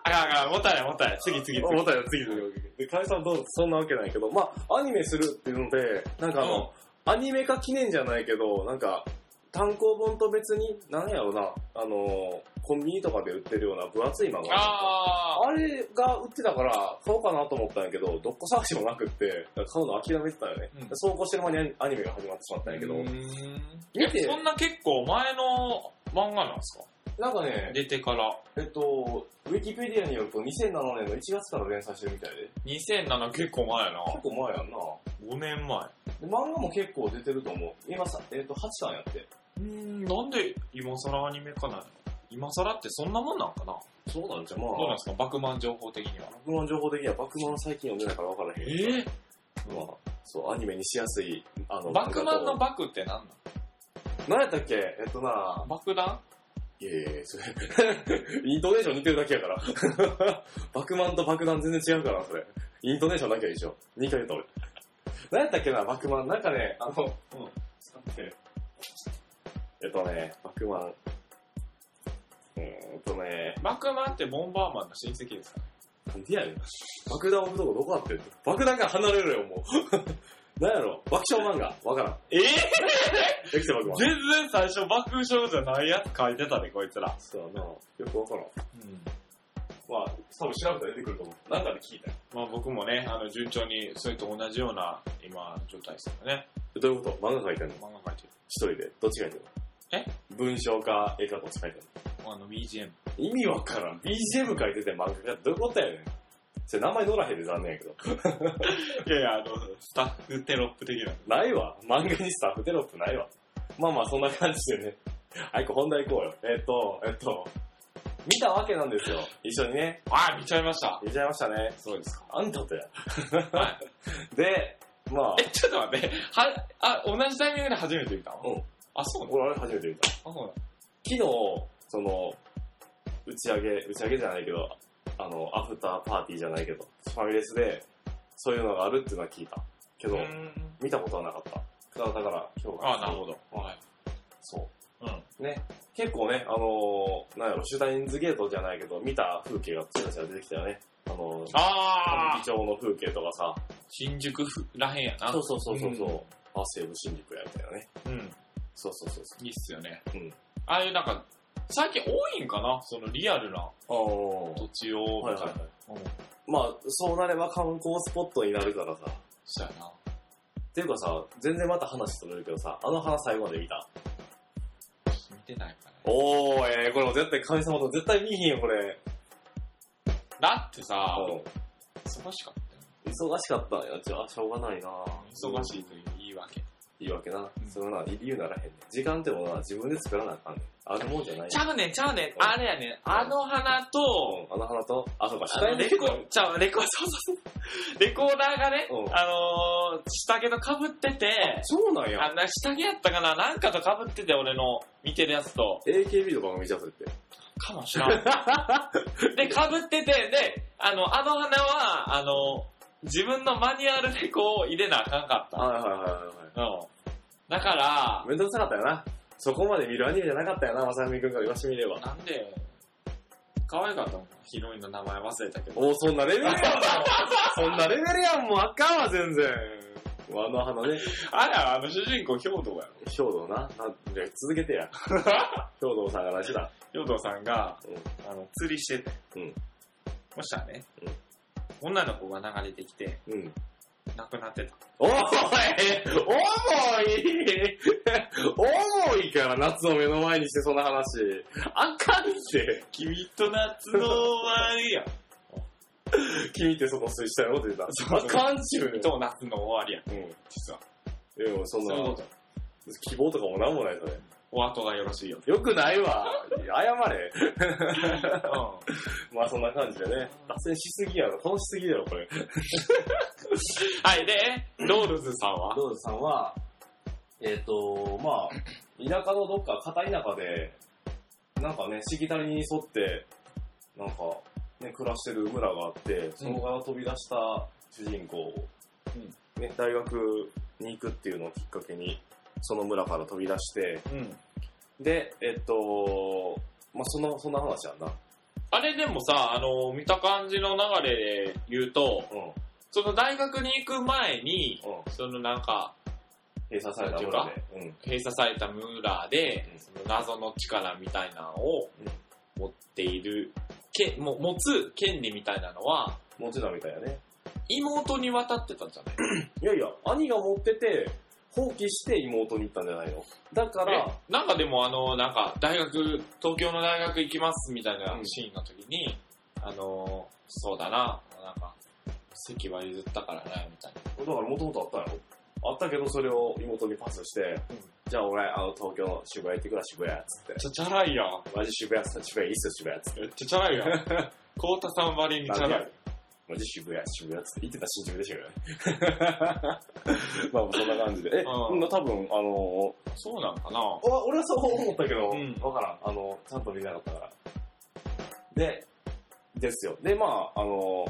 [SPEAKER 1] あかんあかん、もったいないもったいない。次次次。
[SPEAKER 2] 思ったよ、次ので、解散どうそんなわけないけど、まあ、アニメするっていうので、なんかあの、アニメ化記念じゃないけど、なんか、単行本と別に、なんやろうな、あの、コンビニとかで売ってるような分厚い漫画。
[SPEAKER 1] あ
[SPEAKER 2] あれが売ってたから、買おうかなと思ったんやけど、どっこ探しもなくって、買うの諦めてたよね。
[SPEAKER 1] うん
[SPEAKER 2] そうこうしてる間にアニメが始まってしまった
[SPEAKER 1] ー。
[SPEAKER 2] んやけど、
[SPEAKER 1] うーん
[SPEAKER 2] 見て
[SPEAKER 1] えそんな結構前の漫画なんですか
[SPEAKER 2] なんかね、
[SPEAKER 1] 出てから。
[SPEAKER 2] えっと、ウィキペディアによると2007年の1月から連載してるみたいで、
[SPEAKER 1] 2007結構前やな。
[SPEAKER 2] 結構前やんな。
[SPEAKER 1] 5年前。
[SPEAKER 2] で漫画も結構出てると思う。今さ、えっと、8巻やって。
[SPEAKER 1] うーん、なんで今更アニメ化なの今更ってそんなもんなんかな
[SPEAKER 2] そうなんじゃ、ま
[SPEAKER 1] どうなん
[SPEAKER 2] あ
[SPEAKER 1] で、すかバクマン情報的には。
[SPEAKER 2] バクマン情報的にはバクマン最近読んでないから分からへん。
[SPEAKER 1] え
[SPEAKER 2] まあ、そう、アニメにしやすい、あの、
[SPEAKER 1] バクマンの
[SPEAKER 2] バ
[SPEAKER 1] バクって何な
[SPEAKER 2] 何やったっけえっとな
[SPEAKER 1] 爆弾
[SPEAKER 2] いやいやいやそれ [laughs] イントネーション似てるだけやから。 [laughs] 爆満と爆弾全然違うからな、それ。イントネーションだけは一緒。2回言った俺。何やったっけな、爆満。なんかね、あの、
[SPEAKER 1] うん
[SPEAKER 2] えっとね、爆満。うーんとね、
[SPEAKER 1] 爆弾ってボンバーマンの親戚ですか
[SPEAKER 2] なんでやねん。爆弾置くとこどこあってんの爆弾から離れろよ、もう。 [laughs] 何やろ爆笑漫画わからん。
[SPEAKER 1] ええ
[SPEAKER 2] できて爆満。
[SPEAKER 1] 全然最初爆笑じゃないやつ書いてたね、こいつら。
[SPEAKER 2] そうやな。よくわからん。
[SPEAKER 1] うん。
[SPEAKER 2] まあ、多分調べたら出てくると思う。なんかで聞いたよ。
[SPEAKER 1] まあ僕もね、あの、順調に、それと同じような、今、状態ですよね。
[SPEAKER 2] どういうこと漫画書いてんの
[SPEAKER 1] 漫画書いて
[SPEAKER 2] 一人で。どっちがいいの
[SPEAKER 1] え
[SPEAKER 2] 文章か絵かどっち書いてる
[SPEAKER 1] る。あの、BGM。
[SPEAKER 2] の意味わからん。BGM 書いてて漫画家どういうことやねん。それ名前乗らへんで残念やけど。
[SPEAKER 1] いやいや、あの、スタッフテロップ的な。
[SPEAKER 2] ないわ。漫画にスタッフテロップないわ。まあまあそんな感じでね。はい、本題行こうよ。えっ、と、えっ、と、見たわけなんですよ。一緒にね。
[SPEAKER 1] あ、見ちゃいました。
[SPEAKER 2] 見ちゃいましたね。
[SPEAKER 1] そうですか。
[SPEAKER 2] あんたとや。
[SPEAKER 1] は
[SPEAKER 2] [laughs] で、まあ
[SPEAKER 1] え、、ちょっと待って。は、あ、同じタイミングで初めて見たの
[SPEAKER 2] うん。
[SPEAKER 1] あ、そうなの
[SPEAKER 2] 俺あれ初めて見た。
[SPEAKER 1] あ、そう
[SPEAKER 2] 昨日、その、打ち上げ、打ち上げじゃないけど、あの、アフターパーティーじゃないけど、ファミレスで、そういうのがあるっていうのは聞いた。けど、
[SPEAKER 1] なのん。
[SPEAKER 2] 見たことはなかった。だから、だから今日が。
[SPEAKER 1] あ、なるほど。はい。
[SPEAKER 2] そ
[SPEAKER 1] うん。
[SPEAKER 2] う。ね。結構ね、あのーなんやろ、シュタインズゲートじゃないけど、見た風景がちらちら出てきたよね。あのー、
[SPEAKER 1] あー
[SPEAKER 2] イチョウの風景とかさ。
[SPEAKER 1] 新宿らへんやな。
[SPEAKER 2] そうそうそうそうそう。
[SPEAKER 1] う
[SPEAKER 2] あ、西武新宿やみたいなね。
[SPEAKER 1] うん。
[SPEAKER 2] そうそうそう
[SPEAKER 1] いいっすよね。
[SPEAKER 2] うん。
[SPEAKER 1] ああいうなんか、最近多いんかなそのリアルな
[SPEAKER 2] そう。
[SPEAKER 1] 土地
[SPEAKER 2] あ
[SPEAKER 1] を、
[SPEAKER 2] はいはいはい。
[SPEAKER 1] うん。
[SPEAKER 2] まあ、そうなれば観光スポットになるからさ。
[SPEAKER 1] そうやな。
[SPEAKER 2] っていうかさ、全然また話取れるけどさ、あの花最後まで見た。
[SPEAKER 1] 見てないかな。
[SPEAKER 2] おー、えー、これも絶対神様と絶対見ひんよ、これ。
[SPEAKER 1] だってさ、
[SPEAKER 2] う
[SPEAKER 1] 忙しかったよ。
[SPEAKER 2] ん。忙しかったんや。じゃあ、しょうがないな
[SPEAKER 1] 忙しいという言い訳。
[SPEAKER 2] い。いいわけな
[SPEAKER 1] う。ん
[SPEAKER 2] それな、理由ならへんね。時間ってものは自分で作らなあかんねん。あるもんじゃない。
[SPEAKER 1] ちゃうねん、ちゃうねん。あれやねん。あの花と、
[SPEAKER 2] うん、あの花と、あ、そうか、
[SPEAKER 1] あのレコ、ちゃう、レコ、そうそう
[SPEAKER 2] [laughs]
[SPEAKER 1] そう。レコーダーがね
[SPEAKER 2] う、ん
[SPEAKER 1] あのー、下着と被ってて、
[SPEAKER 2] そうなん
[SPEAKER 1] あ
[SPEAKER 2] や。
[SPEAKER 1] な下着やったかななんかと被ってて、俺の見てるやつと。
[SPEAKER 2] AKB とかの見ちゃそれって。
[SPEAKER 1] かもし [laughs] らん。で、被ってて、で、あの、あの花は、あの、自分のマニュアルでこう入れなあかんかっ
[SPEAKER 2] はいはいはいはい
[SPEAKER 1] た。うん。だから
[SPEAKER 2] はい。、めんどくさかったよな。そこまで見るアニメじゃなかったよな、まさみくんから言わしてみれば。
[SPEAKER 1] なんでよ。可愛かったもん。ヒロインの名前忘れたけ [laughs] ど。
[SPEAKER 2] おー、そんなレベルやんもうそんなレベルやんもうあかんわ、全然。あの花ね、
[SPEAKER 1] あら、あの主人公、兵道やろ。
[SPEAKER 2] 兵道な。なんで続けて [laughs] や。兵道さんが何してた
[SPEAKER 1] 兵道さんが、
[SPEAKER 2] う
[SPEAKER 1] あの、釣りしてて。
[SPEAKER 2] うん
[SPEAKER 1] そしたらね、
[SPEAKER 2] う
[SPEAKER 1] 女の子が流れてきて、
[SPEAKER 2] うん。
[SPEAKER 1] 亡くなってた。
[SPEAKER 2] おい重い重いから夏を目の前にしてそんな話。あかんって。
[SPEAKER 1] 君と夏の終わりや。
[SPEAKER 2] 君ってそこ推したよって言った。
[SPEAKER 1] [laughs] そう
[SPEAKER 2] あかんちゅうね
[SPEAKER 1] 君と夏の終わりや。
[SPEAKER 2] うん。
[SPEAKER 1] 実は。
[SPEAKER 2] でもそん
[SPEAKER 1] そういう
[SPEAKER 2] な
[SPEAKER 1] こと、
[SPEAKER 2] 希望とかもなんもないそれ。
[SPEAKER 1] お後がよろしいよ。
[SPEAKER 2] よくないわ。謝れ。
[SPEAKER 1] うん。
[SPEAKER 2] まあそんな感じでね。脱線しすぎやろ。楽しすぎだよ、これ。
[SPEAKER 1] はい、で、ロールズさんは
[SPEAKER 2] ローズさんは、えっ、と、まあ、田舎のどっか、片田舎で、なんかね、しきたりに沿って、なんか、ね、暮らしてる村があって、そこから飛び出した主人公を、ね、大学に行くっていうのをきっかけに、その村から飛び出して、
[SPEAKER 1] うん。
[SPEAKER 2] で、えっ、と、まあ、そんな、そんな話やんな。
[SPEAKER 1] あれでもさ、あの、見た感じの流れで言うと、
[SPEAKER 2] うん、うん。
[SPEAKER 1] その大学に行く前に、そのなんか、
[SPEAKER 2] 閉鎖された村で。うん。
[SPEAKER 1] 閉鎖された村で、
[SPEAKER 2] うん
[SPEAKER 1] その謎の力みたいなのを持っている、けも持つ権利みたいなのは、
[SPEAKER 2] 持ちなみたいやね。
[SPEAKER 1] 妹に渡ってたんじゃない
[SPEAKER 2] いやいや、兄が持ってて、放棄して妹に行ったんじゃないの。だから、
[SPEAKER 1] えなんかでもあの、なんか、大学、東京の大学行きますみたいなシーンの時に、あの、そうだな、なんか、席は譲ったからな、みたいな。
[SPEAKER 2] だからもともとあったんやろあったけどそれを妹にパスして、
[SPEAKER 1] うん
[SPEAKER 2] じゃあ俺、あの東京の渋谷行ってくら渋谷っつって。
[SPEAKER 1] ちゃチャラいやん。
[SPEAKER 2] マジ渋谷っす渋谷いいっすよ渋谷っつっ
[SPEAKER 1] [laughs]
[SPEAKER 2] て。
[SPEAKER 1] めっちゃチャラいやん。コウタさんばりにチャラい。
[SPEAKER 2] うマジ渋谷、渋谷っつって言ってた新宿でした
[SPEAKER 1] [laughs]
[SPEAKER 2] けどね。まあそんな感じで。え、
[SPEAKER 1] うん
[SPEAKER 2] うん、多分、あの
[SPEAKER 1] そうなんかな
[SPEAKER 2] ー、わ俺はそう思ったけど、
[SPEAKER 1] うん
[SPEAKER 2] わからん。あの、ちゃんと見なかったから。で、ですよ。で、まああの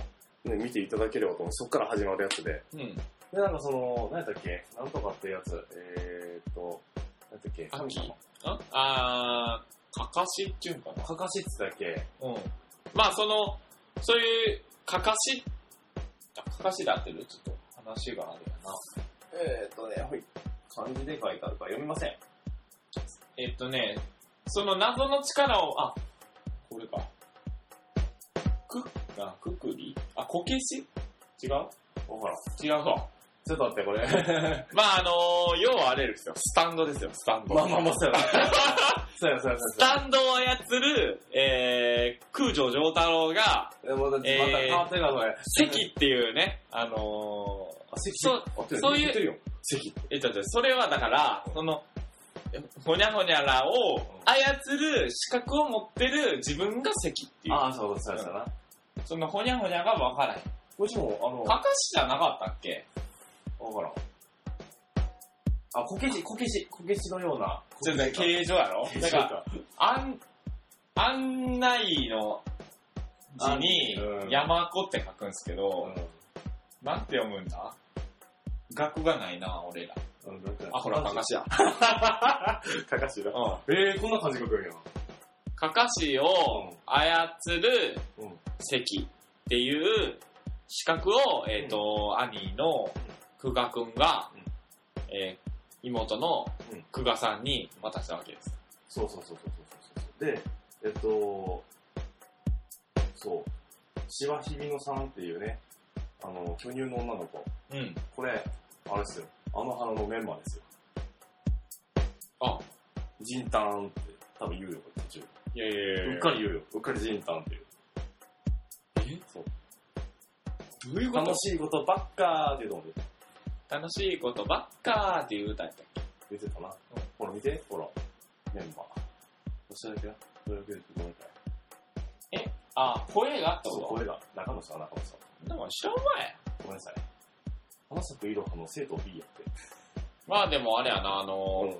[SPEAKER 2] ーね、見ていただければと思う。そっから始まるやつで。
[SPEAKER 1] うん。
[SPEAKER 2] で、なんかその、何やったっけなんとかっていうやつ。えーっと、何やったっけ
[SPEAKER 1] あ
[SPEAKER 2] 神様。
[SPEAKER 1] ああー、かかしっていうんかな
[SPEAKER 2] かかしってたっけ
[SPEAKER 1] うん。まあ、その、そういう、かかし、あかかしだってるちょっと話があるよな。
[SPEAKER 2] えーっとね、はい。漢字で書いてあるから読みません。
[SPEAKER 1] えっとね、その謎の力を、あ、これか。く、あ、くくりあ、こけし違う
[SPEAKER 2] わからん。
[SPEAKER 1] 違うか。
[SPEAKER 2] ちょっと待って、
[SPEAKER 1] [laughs]
[SPEAKER 2] これ。
[SPEAKER 1] まあ、あのー要はあれですよ。スタンドですよ、スタンド。
[SPEAKER 2] まあまあまあ、
[SPEAKER 1] [laughs]
[SPEAKER 2] そうやな。そうや、そうや、
[SPEAKER 1] ス
[SPEAKER 2] そうや。
[SPEAKER 1] タンドを操る、えー、空城城太郎が、
[SPEAKER 2] え、また、また変わってるか、それ。
[SPEAKER 1] 関っていうね、あの
[SPEAKER 2] あ、席
[SPEAKER 1] そう
[SPEAKER 2] 合ってる
[SPEAKER 1] そういう
[SPEAKER 2] 合ってるよ。席。
[SPEAKER 1] ー、えっと、それはだから、その、ほにゃほにゃらを操る資格を持ってる自分が関っていう。
[SPEAKER 2] ああ、そうそう、そうやな。
[SPEAKER 1] そのほにゃほにゃが分からへん。か
[SPEAKER 2] こっちも、あの、
[SPEAKER 1] かしじゃなかったっけ
[SPEAKER 2] わからん。あ、こけし、こけし、こけしのような。
[SPEAKER 1] ちょっと
[SPEAKER 2] こけし
[SPEAKER 1] 形状やろ
[SPEAKER 2] か
[SPEAKER 1] だから、案、案内の字に
[SPEAKER 2] うん、
[SPEAKER 1] 山子って書くんですけ
[SPEAKER 2] う
[SPEAKER 1] ど
[SPEAKER 2] ん、。
[SPEAKER 1] なんて読むんだ学がないな、俺ら。
[SPEAKER 2] うんなんか
[SPEAKER 1] あ、ほら、かかしだ。
[SPEAKER 2] かかしだ。
[SPEAKER 1] うん。
[SPEAKER 2] えー、こんな感じ書くんや。
[SPEAKER 1] かかしを操る
[SPEAKER 2] うん
[SPEAKER 1] 関っていう資格を、えっ、と、兄の久我くんが、えー妹の
[SPEAKER 2] うん
[SPEAKER 1] 久我さんに渡したわけです。
[SPEAKER 2] そうそうそうそうそうそう。で、えっと、そう。芝ひみのさんっていうね、あの、巨乳の女の子。
[SPEAKER 1] うん。
[SPEAKER 2] これ、あれですよ。あの花のメンバーですよ。
[SPEAKER 1] あ、
[SPEAKER 2] ジンタンって、多分言うよ、途中。
[SPEAKER 1] いやいや
[SPEAKER 2] うっかり言うよ。うっかりジンタンっていう。
[SPEAKER 1] え
[SPEAKER 2] そう
[SPEAKER 1] どういうこと
[SPEAKER 2] 楽しいことばっかーっていうのを
[SPEAKER 1] 楽しいことばっかーっていう歌やったっけ
[SPEAKER 2] 出てたな。
[SPEAKER 1] うん
[SPEAKER 2] ほら見て、ほら。メンバー。それだけだ。それだけでごめんなさい。
[SPEAKER 1] あ、声がって
[SPEAKER 2] そう、
[SPEAKER 1] こ
[SPEAKER 2] 声が。中野さん、中野さん。
[SPEAKER 1] とでも知らんわや。
[SPEAKER 2] ごめんなさい。花咲くいろはの生徒 B やって。
[SPEAKER 1] まあでもあれやな、あ
[SPEAKER 2] う
[SPEAKER 1] の、
[SPEAKER 2] ん。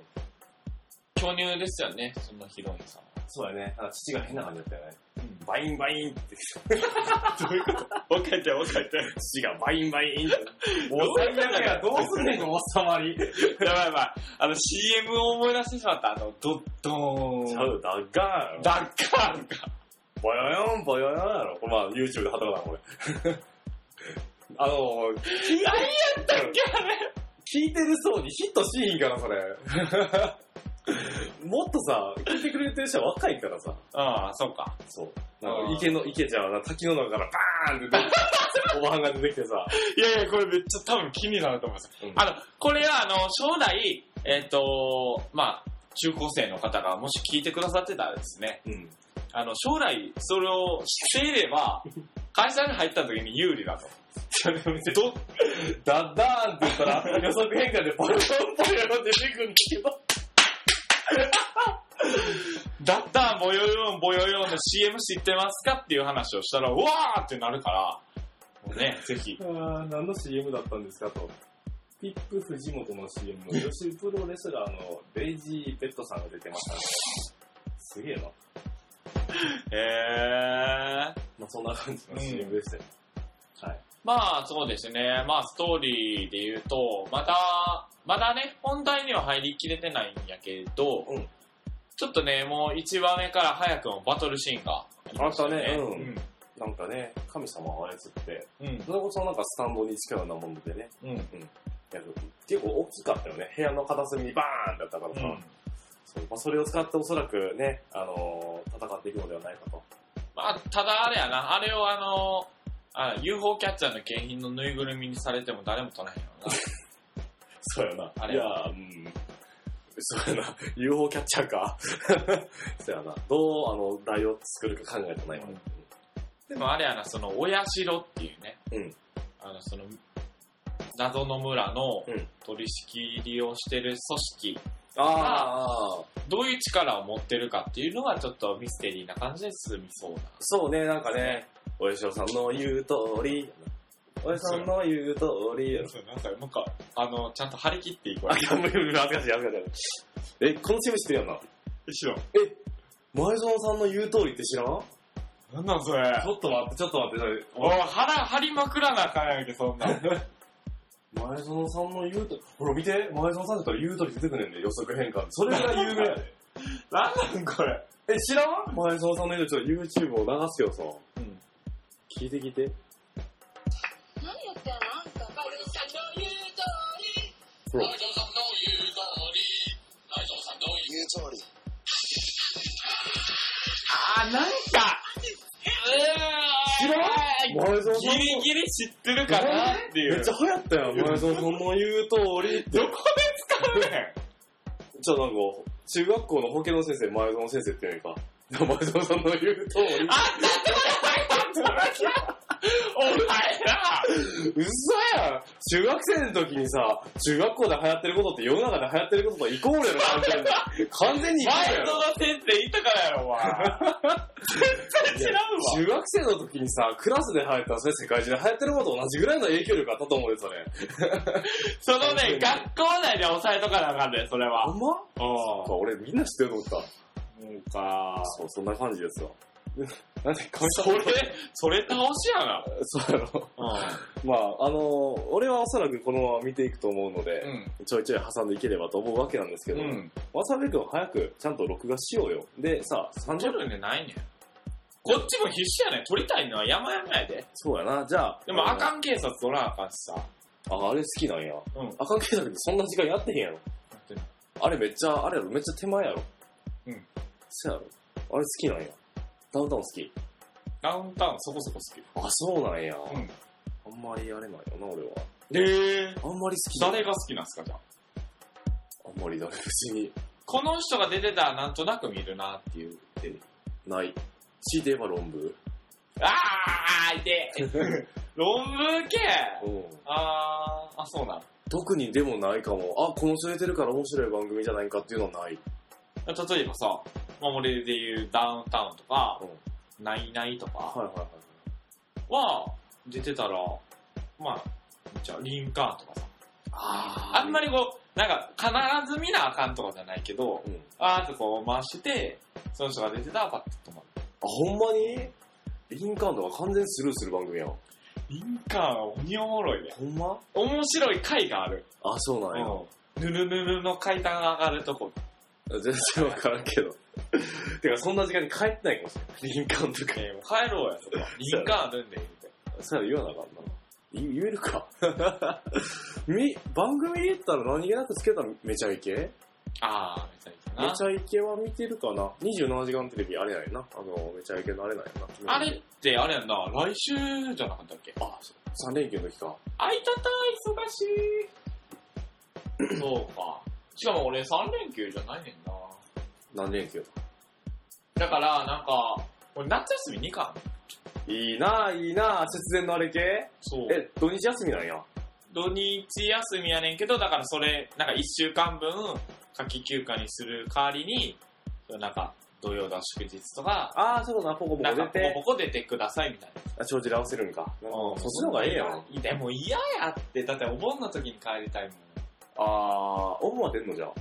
[SPEAKER 1] 巨乳ですよね、そのヒロインさんは。
[SPEAKER 2] そうだね。あ父が変な感じだったよね。
[SPEAKER 1] うん
[SPEAKER 2] バインバインって。
[SPEAKER 1] どういうこともう一回言って、もう一回言っ
[SPEAKER 2] 父がバインバ [laughs] インって。
[SPEAKER 1] おっさんだからどうすんねん
[SPEAKER 2] おっさまり。
[SPEAKER 1] て。やばいやばい。あの、CM を思い出してしまった。あの、ドッド
[SPEAKER 2] ちゃ
[SPEAKER 1] ーン。
[SPEAKER 2] う、だっがん。
[SPEAKER 1] ダッカーンか。
[SPEAKER 2] ぼよよん、ぼよよんやろ。これまあ、YouTube で働くな、これ。 [laughs] あの、
[SPEAKER 1] 何やったっけあれ。
[SPEAKER 2] 聞いてるそうにヒットしいんかな、それ。 [laughs] もっとさ、聞いてくれてる人は若いからさ。
[SPEAKER 1] ああ、そうか。
[SPEAKER 2] そう。なんか池の、池じゃうな、滝の中からバーンって出てきて、 [laughs] おばはんが出てきてさ。
[SPEAKER 1] いやいや、これめっちゃ多分気になると思います。
[SPEAKER 2] うん
[SPEAKER 1] あの、これはあの、将来、えっ、と、まあ、中高生の方がもし聞いてくださってたらですね、
[SPEAKER 2] うん。
[SPEAKER 1] あの、将来それを知っていれ
[SPEAKER 2] [laughs]
[SPEAKER 1] ば、会社に入った時に有利だと。ど
[SPEAKER 2] ダッダーンって言ったら、予測変換でボロンボロン出てくるんだけど。
[SPEAKER 1] だったら、ボヨヨン、ボヨヨンの CM 知ってますかっていう話をしたら、うわーってなるから、もうね、ぜ
[SPEAKER 2] [laughs]
[SPEAKER 1] ひ。
[SPEAKER 2] あー何の CM だったんですかと。ピップ藤本の CM の女子プロレスラーのレイジー・ベッドさんが出てました、ね。すげえな。
[SPEAKER 1] えー。
[SPEAKER 2] まあそんな感じ
[SPEAKER 1] うん
[SPEAKER 2] の CM でしたよ。はい。
[SPEAKER 1] まあ、そうですね。まあ、ストーリーで言うと、まだ、まだね、本題には入りきれてないんやけど、
[SPEAKER 2] うん
[SPEAKER 1] ちょっとね、もう1話目から早くもバトルシーンがありましたね。
[SPEAKER 2] あったねなんかね、神様を操って、
[SPEAKER 1] うん。うん。
[SPEAKER 2] それこそなんかスタンドに近いようなものでね、
[SPEAKER 1] うん。
[SPEAKER 2] やる結構大きかったよね。部屋の片隅にバーンだったから
[SPEAKER 1] う
[SPEAKER 2] さ。
[SPEAKER 1] ん
[SPEAKER 2] そうまあ、それを使っておそらくね、あのー戦っていくのではないかと。 [laughs]
[SPEAKER 1] まあ、ただあれやな、あれをあの、あ UFO キャッチャーの景品のぬいぐるみにされても誰も取らへんよな。
[SPEAKER 2] [laughs] そうやな。
[SPEAKER 1] あれ
[SPEAKER 2] いや、うん。そうやな。UFO [laughs] キャッチャーか。 [laughs] そうやな。どう、あの、台を作るか考えてないわ、ね
[SPEAKER 1] でもあれやな、その、親城っていうね、
[SPEAKER 2] うん
[SPEAKER 1] あの、その、謎の村の
[SPEAKER 2] うん
[SPEAKER 1] 取り仕切りをしてる組織、
[SPEAKER 2] ああ、
[SPEAKER 1] どういう力を持ってるかっていうのがちょっとミステリーな感じで進みそうな。
[SPEAKER 2] そうね、なんかね、おやしろさんの言う通り、おやさんの言う通り、
[SPEAKER 1] そうなんか、なんか、あの、ちゃんと張り切っていこ
[SPEAKER 2] あ、やめる、恥ずかしい、恥ずかしい。え、このチーム知ってるやんな。
[SPEAKER 1] う。一緒。
[SPEAKER 2] 前園さんの言う通りって知らんちょ
[SPEAKER 1] なんなんそれ。
[SPEAKER 2] っと待って、ちょっと待って、
[SPEAKER 1] おい、腹張りまくらなあかんやんけ、そんなん。
[SPEAKER 2] 前園さんの言うと、ほら見て、前園さんだったら言う通り出てくんねんで、予測変換。それぐらい有名やで。
[SPEAKER 1] なんなんこれ。
[SPEAKER 2] え、知らん前園さんの言うとり、ちょっと YouTube を流すよ、さ。
[SPEAKER 1] うん。
[SPEAKER 2] 聞いて聞いて。
[SPEAKER 3] 何言ってんのあんた
[SPEAKER 4] マリオさんの言う通り
[SPEAKER 2] ほら
[SPEAKER 4] マリオさんの言う通りマリオさんの言う通り
[SPEAKER 1] あー、なんか、
[SPEAKER 2] 知らん前園さんの。
[SPEAKER 1] ギリギリ知ってるかなっていう。
[SPEAKER 2] めっちゃ流行ったやん、前園さんの言う通りって。
[SPEAKER 1] どこで使うね
[SPEAKER 2] じゃあなんか、中学校の保健の先生、前園先生って言うんやんか。前 [laughs] 園さんの言う通り。
[SPEAKER 1] ん。お前ら、
[SPEAKER 2] 嘘やん中学生の時にさ、中学校で流行ってることって世の中で流行ってることとイコールやろ、完
[SPEAKER 1] [laughs]
[SPEAKER 2] 全に。完全にイコール
[SPEAKER 1] 前
[SPEAKER 2] や
[SPEAKER 1] 園
[SPEAKER 2] ろ。
[SPEAKER 1] 先生いたからやろ、お前。全然違うわ。
[SPEAKER 2] 中学生の時にさ、クラスで流行ったらそれ世界中で流行ってることと同じぐらいの影響力あったと思うよ、それ。
[SPEAKER 1] そのね、学校内で抑えとかなあかんねん、それは。
[SPEAKER 2] んま
[SPEAKER 1] うん。
[SPEAKER 2] 俺みんな知ってると思った。
[SPEAKER 1] そうか。
[SPEAKER 2] そう、そんな感じですわ。なんで、神
[SPEAKER 1] それ、それ倒しやな。
[SPEAKER 2] そうやろ。
[SPEAKER 1] う
[SPEAKER 2] まあ、あの俺はおそらくこのまま見ていくと思うので、
[SPEAKER 1] ん。
[SPEAKER 2] ちょいちょい挟んでいければと思うわけなんですけ
[SPEAKER 1] う
[SPEAKER 2] ど、
[SPEAKER 1] ん。
[SPEAKER 2] わさびくん早くちゃんと録画しようよ。で、さ、
[SPEAKER 1] 取
[SPEAKER 2] 30分。
[SPEAKER 1] るんでないねん。こっちも必死やねん。取りたいのは山々やで。
[SPEAKER 2] そうやな、じゃあ。
[SPEAKER 1] でも、
[SPEAKER 2] あ
[SPEAKER 1] あ
[SPEAKER 2] の
[SPEAKER 1] かん警察取らなあかんしさ。
[SPEAKER 2] あ、あれ好きなんや。
[SPEAKER 1] うん
[SPEAKER 2] あかんけどそんな時間やってへんやろ。
[SPEAKER 1] てない
[SPEAKER 2] あれめっちゃ、あれやろ、めっちゃ手前やろ。
[SPEAKER 1] うん。
[SPEAKER 2] そやろ。あれ好きなんや。ダウンタウン好き。
[SPEAKER 1] ダウンタウンそこそこ好き。
[SPEAKER 2] あ、そうなんや。
[SPEAKER 1] ん
[SPEAKER 2] あんまりやれないよな、俺は。
[SPEAKER 1] えー。
[SPEAKER 2] あんまり好きじゃない
[SPEAKER 1] 誰が好きなんすか、じゃあ。
[SPEAKER 2] あんまりだね、別に。
[SPEAKER 1] この人が出てたらなんとなく見るなっていう。
[SPEAKER 2] ない。強いて言えば論文。
[SPEAKER 1] あー、いて [laughs] 論文系
[SPEAKER 2] うん。
[SPEAKER 1] あー、あ、そうなん。
[SPEAKER 2] 特にでもないかも。あ、この人出てるから面白い番組じゃないかっていうのはない。
[SPEAKER 1] 例えばさ、まあ、俺で言うダウンタウンとか、ないないとか
[SPEAKER 2] はいはいはい。
[SPEAKER 1] は、出てたら、まあ、じゃあ、リンカーンとかさ。
[SPEAKER 2] あ
[SPEAKER 1] あんまりこう、なんか、必ず見なあかんとかじゃないけど、
[SPEAKER 2] うん。
[SPEAKER 1] あーってこう回して、その人が出てたらパッと止まる。
[SPEAKER 2] あ、ほんまにリンカーンとか完全スルーする番組やん。ほ
[SPEAKER 1] リンカーンは鬼おもろいね。
[SPEAKER 2] んま
[SPEAKER 1] 面白い回がある。
[SPEAKER 2] あ、そうなんや。
[SPEAKER 1] うん。ぬるぬるの階段上がるとこ。
[SPEAKER 2] 全然わからんけど。てか、そんな時間に帰ってないかもしれない。リンカーンとか。
[SPEAKER 1] えーもう帰ろうや、そこ。リンカーンあるんで、言うて。
[SPEAKER 2] そういうの言わなあかんな。言言えるか。 [laughs] み、番組で言ったら何気なくつけたらめちゃイケめ
[SPEAKER 1] あー、めちゃいいかな。
[SPEAKER 2] ちゃイケは見てるかな。27時間テレビあれないな。あの、めちゃイケのあれないな。
[SPEAKER 1] あれって、あれやんな、来週じゃなかったっけ
[SPEAKER 2] あ、3連休の時か。
[SPEAKER 1] あいたたー、忙しい。そうか。しかも俺3連休じゃないねんな。
[SPEAKER 2] 何連休
[SPEAKER 1] だから、なんか、俺夏休み2回ある。
[SPEAKER 2] いいなあいいなあ節電のあれ系
[SPEAKER 1] そう。
[SPEAKER 2] え、土日休みなんや。
[SPEAKER 1] 土日休みやねんけど、だからそれ、なんか一週間分、夏季休暇にする代わりに、なんか、土曜だ祝日とか、
[SPEAKER 2] あー、そうだな、ポコポ
[SPEAKER 1] な
[SPEAKER 2] コ
[SPEAKER 1] んか、
[SPEAKER 2] 出
[SPEAKER 1] ここ
[SPEAKER 2] て、
[SPEAKER 1] こ出てくださいみたい
[SPEAKER 2] あ、帳尻合わせるんか。
[SPEAKER 1] な。
[SPEAKER 2] そっちの方がええやん。
[SPEAKER 1] ん。でも嫌やって、だってお盆の時に帰りたいもん。
[SPEAKER 2] あー、オモは出んのじゃん。
[SPEAKER 1] ん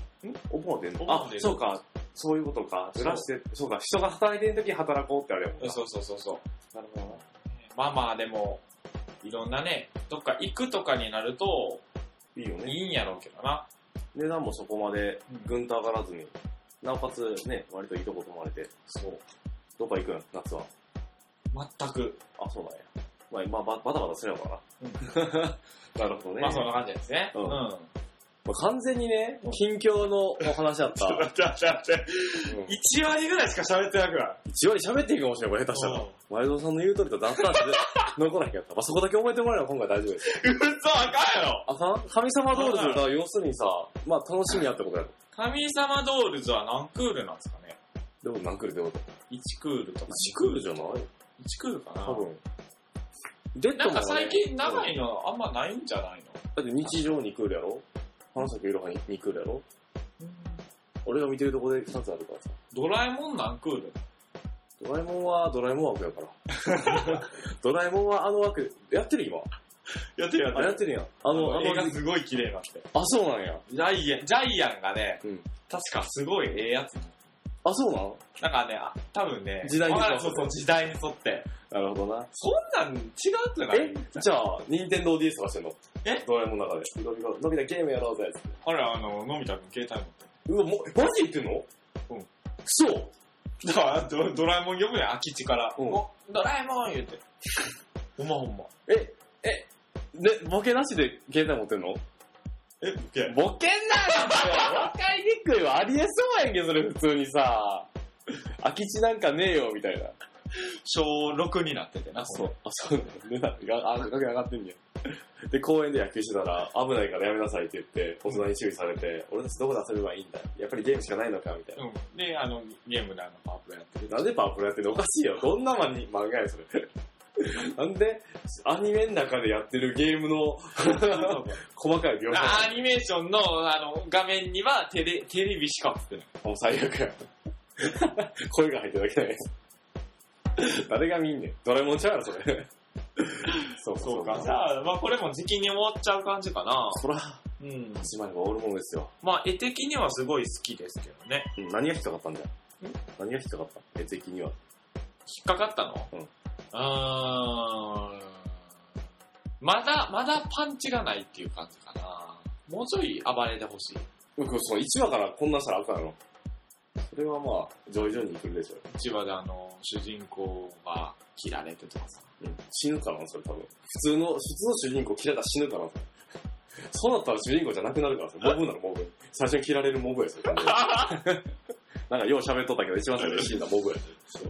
[SPEAKER 2] オモは出ん
[SPEAKER 1] オ
[SPEAKER 2] の
[SPEAKER 1] モは
[SPEAKER 2] あ
[SPEAKER 1] 出、る
[SPEAKER 2] そうか。そういうことか。
[SPEAKER 1] そう
[SPEAKER 2] ずらして、そうか。人が働いてる時に働こうってあれやもんな。
[SPEAKER 1] そうそうそうそう。
[SPEAKER 2] なるほどな。
[SPEAKER 1] まあまあ、でも、いろんなね、どっか行くとかになると、
[SPEAKER 2] いいよね。
[SPEAKER 1] いいんやろうけどな。
[SPEAKER 2] 値段もそこまで
[SPEAKER 1] うん
[SPEAKER 2] ぐんと上がらずに。なおかつね、割といいとこ泊まれて。
[SPEAKER 1] そう。
[SPEAKER 2] どっか行くん夏は。
[SPEAKER 1] 全く。
[SPEAKER 2] あ、そうなんや。まあ、まあ、ばバタバタすれば
[SPEAKER 1] [laughs]
[SPEAKER 2] な。なるほどね。
[SPEAKER 1] まあそんな感じですね。
[SPEAKER 2] うん
[SPEAKER 1] うん。
[SPEAKER 2] まあ完全にね、近況のお話だった。うん
[SPEAKER 1] 待って待って。1割ぐらいしか喋ってなくない
[SPEAKER 2] 一割喋っていいかもしれない、これ下手したら。前園さんの言う通りとダンタンで残らへんかった。まあ、そこだけ覚えてもらえれば今回大丈夫です。
[SPEAKER 1] うそ、あかんやろ
[SPEAKER 2] あかん神様ドールズだから要するにさ、まあ楽しみやってことやろ。
[SPEAKER 1] 神様ドールズは何クールなんですかね
[SPEAKER 2] でも何クールってこと
[SPEAKER 1] ?1 クールとか。
[SPEAKER 2] ?1 クールじゃない
[SPEAKER 1] ?1 クールかな
[SPEAKER 2] 多分。デッド
[SPEAKER 1] なん
[SPEAKER 2] もね
[SPEAKER 1] か最近長
[SPEAKER 2] う
[SPEAKER 1] いのあんまないんじゃないの
[SPEAKER 2] んだって日常2クールやろ花咲いろは2クールやろ俺が見てるとこで2つあるからさ。
[SPEAKER 1] ドラえもん何クール
[SPEAKER 2] ドラえもんはドラえもん枠やから。 [laughs] ドラえもんはあの枠、やってる今。
[SPEAKER 1] やってるや
[SPEAKER 2] あ、やってるやん。あ
[SPEAKER 1] あ
[SPEAKER 2] の、
[SPEAKER 1] の、
[SPEAKER 2] あ
[SPEAKER 1] 映画
[SPEAKER 2] の、
[SPEAKER 1] すごい綺麗なんで。
[SPEAKER 2] あ、そうなんや。
[SPEAKER 1] ジャイアン、ジャイアンがね、
[SPEAKER 2] うん
[SPEAKER 1] 確かすごいええやつ。
[SPEAKER 2] あ、そうなん
[SPEAKER 1] なんかね、あ多分ね、
[SPEAKER 2] 時代に沿
[SPEAKER 1] に
[SPEAKER 2] っ
[SPEAKER 1] 沿って。
[SPEAKER 2] て
[SPEAKER 1] そうそう、時代に沿って。
[SPEAKER 2] なるほどな。
[SPEAKER 1] そんなん違うくない
[SPEAKER 2] えじゃあ、任天堂 DS はしてんの
[SPEAKER 1] え
[SPEAKER 2] ドラえもんの中で。のびのび太ゲームやろうぜ。
[SPEAKER 1] あれ、あの、のび太くん携帯持って
[SPEAKER 2] うわ、もう、マジ言ってんの
[SPEAKER 1] うん。
[SPEAKER 2] そう
[SPEAKER 1] る。だから、ドドラえもん呼ぶやん、空き地から。
[SPEAKER 2] うん
[SPEAKER 1] おドラえもん言うて。ほんまほんま。
[SPEAKER 2] え、え、ね、ボケなしで携帯持ってんの
[SPEAKER 1] え、いや、
[SPEAKER 2] ボケんなよ [laughs] わかりにくいわ。ありえそうやんけ、それ普通にさ。空き地なんかねえよ、みたいな。
[SPEAKER 1] 小6になっててな、
[SPEAKER 2] そう。あ、そうなんだ。ね、が、あ、学園上がってんねや。で、公園で野球してたら、危ないからやめなさいって言って、大人に注意されて、俺たちどこで遊べばいいんだやっぱりゲームしかないのかみたいな。
[SPEAKER 1] うん。で、あの、ゲームであの、パワープロやってる。
[SPEAKER 2] なんでパワープロやってんのおかしいよ。 [laughs] どんな漫に漫画やそれ。 [laughs] なんで、アニメの中でやってるゲームの [laughs] 細かい描写
[SPEAKER 1] あアニメーションの、あの、画面にはテレ、テレビしか映ってない。
[SPEAKER 2] もう最悪や。 [laughs] 声が入ってるだけだよ。 [laughs] 誰が見んねん。ドラえもんちゃうやろ、それ。 [laughs] そう
[SPEAKER 1] じゃあ、まあこれも時期に終わっちゃう感じかな。
[SPEAKER 2] そら、
[SPEAKER 1] うん。
[SPEAKER 2] 始まればおるものですよ。
[SPEAKER 1] まあ絵的にはすごい好きですけどね。
[SPEAKER 2] うん何が引っかかったんだよ。何が引っかかった絵的には。
[SPEAKER 1] 引っかかったの
[SPEAKER 2] うん
[SPEAKER 1] うーん。まだ、まだパンチがないっていう感じかな。もうちょい暴れてほしい。
[SPEAKER 2] 僕、その1話からこんなしたらあかんの。それはまあ、徐々に来るでしょう。
[SPEAKER 1] 千葉であの、主人公が切られてとかさ。
[SPEAKER 2] うん、死ぬからな、それ多分。普通の、普通の主人公切られたら死ぬからな、それ。 [laughs] そうなったら主人公じゃなくなるから、それモブなの、モブ。最初に切られるモブや、それ。 [laughs] なんかよう喋っとったけど、一番最初に死んだモブや。
[SPEAKER 1] そう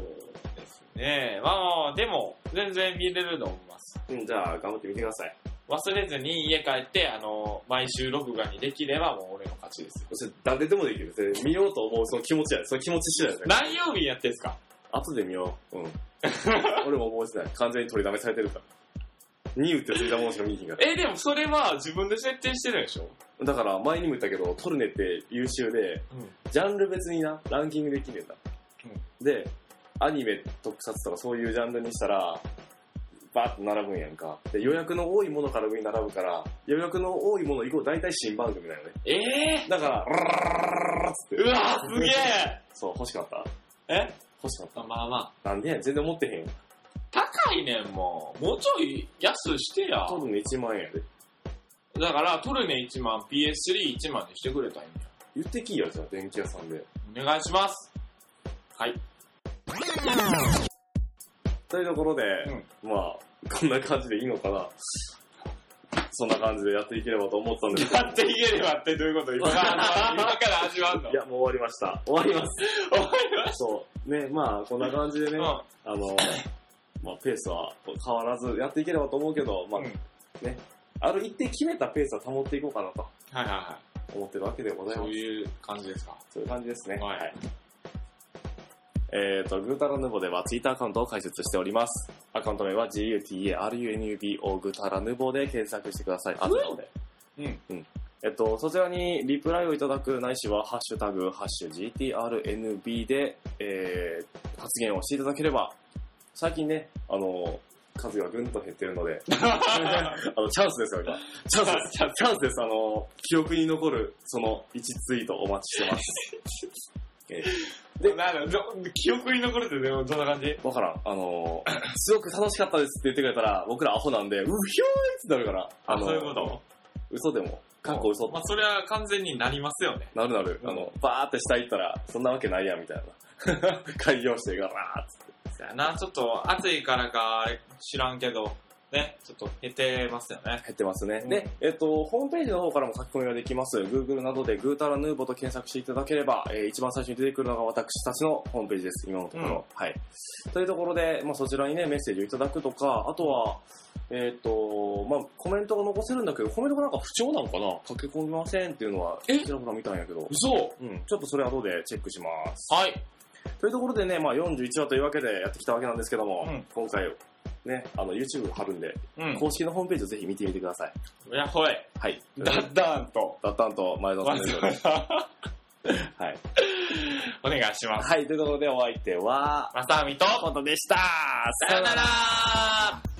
[SPEAKER 1] ですね。まあ、でも、全然見れると思います。
[SPEAKER 2] うん、じゃあ、頑張ってみてください。
[SPEAKER 1] 忘れずに家帰って、あの、毎週録画にできればもう俺の勝ちですよ。
[SPEAKER 2] それ、誰でもできる。それ、見ようと思う、その気持ちや。その気持ち次第だ
[SPEAKER 1] 何
[SPEAKER 2] ね。
[SPEAKER 1] 曜日やってんすか
[SPEAKER 2] 後で見よう。うん。 [laughs] 俺も覚えてない。完全に取りだめされてるから。に打ってついたものしか見えへんから。
[SPEAKER 1] え、でもそれは自分で設定してるでしょ
[SPEAKER 2] だから前にも言ったけど、トルネって優秀で、
[SPEAKER 1] うん。
[SPEAKER 2] ジャンル別にな、ランキングできるんだ。で、アニメ、特撮とかそういうジャンルにしたら、バーッと並ぶんやんか。で、予約の多いものから上に並ぶから、予約の多いもの以降大体新番組だよね。
[SPEAKER 1] ええ
[SPEAKER 2] だから、ラララララっつって。
[SPEAKER 1] うわすげえ
[SPEAKER 2] そう、欲しかった
[SPEAKER 1] え
[SPEAKER 2] 欲しか
[SPEAKER 1] [laughs] まあ
[SPEAKER 2] っ
[SPEAKER 1] まあま
[SPEAKER 2] た。なんでやねん全然持ってへんよ。
[SPEAKER 1] あ。高いねん、もう。もうちょい安してや。
[SPEAKER 2] トルネ1万円やで。
[SPEAKER 1] だから、トルネ1万、PS31 万にしてくれたらいいんだよ
[SPEAKER 2] 言ってきいや、じゃあ、電気屋さんで。
[SPEAKER 1] お願いします。はい。
[SPEAKER 2] というところで、まあ、こんな感じでいいのかな。そんな感じでやっていければと思ってたんですけど。
[SPEAKER 1] やっていければってどういうこと今から、今から始まんの
[SPEAKER 2] いや、もう終わりました。終わります。
[SPEAKER 1] 終わりまし
[SPEAKER 2] [laughs] そう。ね、まあ、こんな感じでね、
[SPEAKER 1] た
[SPEAKER 2] あの、まあ、ペースは変わらずやっていければと思うけど、まあ、
[SPEAKER 1] うん
[SPEAKER 2] ね、ある一定決めたペースは保っていこうかなと
[SPEAKER 1] はいはいは
[SPEAKER 2] 思ってるわけでござ
[SPEAKER 1] い。
[SPEAKER 2] い
[SPEAKER 1] そ
[SPEAKER 2] ま
[SPEAKER 1] う
[SPEAKER 2] す。
[SPEAKER 1] いう感じですか。
[SPEAKER 2] そういう感じですね。
[SPEAKER 1] はい
[SPEAKER 2] えっ、と、グータラヌボではツイッターアカウントを開設しております。アカウント名は GUTARUNUBO グータラヌボで検索してください。あ、そうで。
[SPEAKER 1] [laughs] うん。
[SPEAKER 2] えっと、そちらにリプライをいただくないしは、ハッシュタグ、ハッシュ GTRNB で、えー、発言をしていただければ、最近ね、あの、数がぐんと減ってるので、あの、チャンスですよ、今。チャンスです。チャンスです。あの、記憶に残る、その、1ツイートお待ちしてます。で
[SPEAKER 1] なんかど記憶に残るってでもどんな感じ
[SPEAKER 2] わからん。あの、すごく楽しかったですって言ってくれたら、僕らアホなんで、うひょーいってなるから、
[SPEAKER 1] あ、
[SPEAKER 2] の、
[SPEAKER 1] そういうこと
[SPEAKER 2] 嘘でも、かっこ嘘
[SPEAKER 1] まあ、それは完全になりますよね。
[SPEAKER 2] なるなる、
[SPEAKER 1] うん
[SPEAKER 2] あの、バーって下行ったら、そんなわけないや、みたいな。 [laughs] 開業して、ガラーっつって。
[SPEAKER 1] そやな、ちょっと暑いからか知らんけど、ね、ちょっと減ってますよね。
[SPEAKER 2] 減ってますね。
[SPEAKER 1] うん
[SPEAKER 2] で、えっと、ホームページの方からも書き込みができます。Google などでグータラヌーボと検索していただければ、えー一番最初に出てくるのが私たちのホームページです、今のところ。はい。というところで、まあ、そちらにね、メッセージをいただくとか、あとは、えっ、と、まあ、コメントが残せるんだけど、コメントがなんか不調なのかな書き込みませんっていうのは、
[SPEAKER 1] え
[SPEAKER 2] ちらほら見たんやけど。
[SPEAKER 1] 嘘
[SPEAKER 2] うん、ちょっとそれは後でチェックします。
[SPEAKER 1] はい。
[SPEAKER 2] というところでね、まあ、41話というわけでやってきたわけなんですけども、
[SPEAKER 1] うん
[SPEAKER 2] 今回、ね、あの、YouTube 貼るんで、
[SPEAKER 1] うん。
[SPEAKER 2] 公式のホームページをぜひ見てみてください。
[SPEAKER 1] いや、ほい。
[SPEAKER 2] はい。
[SPEAKER 1] だ、だんと。
[SPEAKER 2] だったんと前澤さんですよね。はい。
[SPEAKER 1] [laughs] お願いします。
[SPEAKER 2] はい、ということでお相手は、
[SPEAKER 1] まさみと、
[SPEAKER 2] ことでした
[SPEAKER 1] さよなら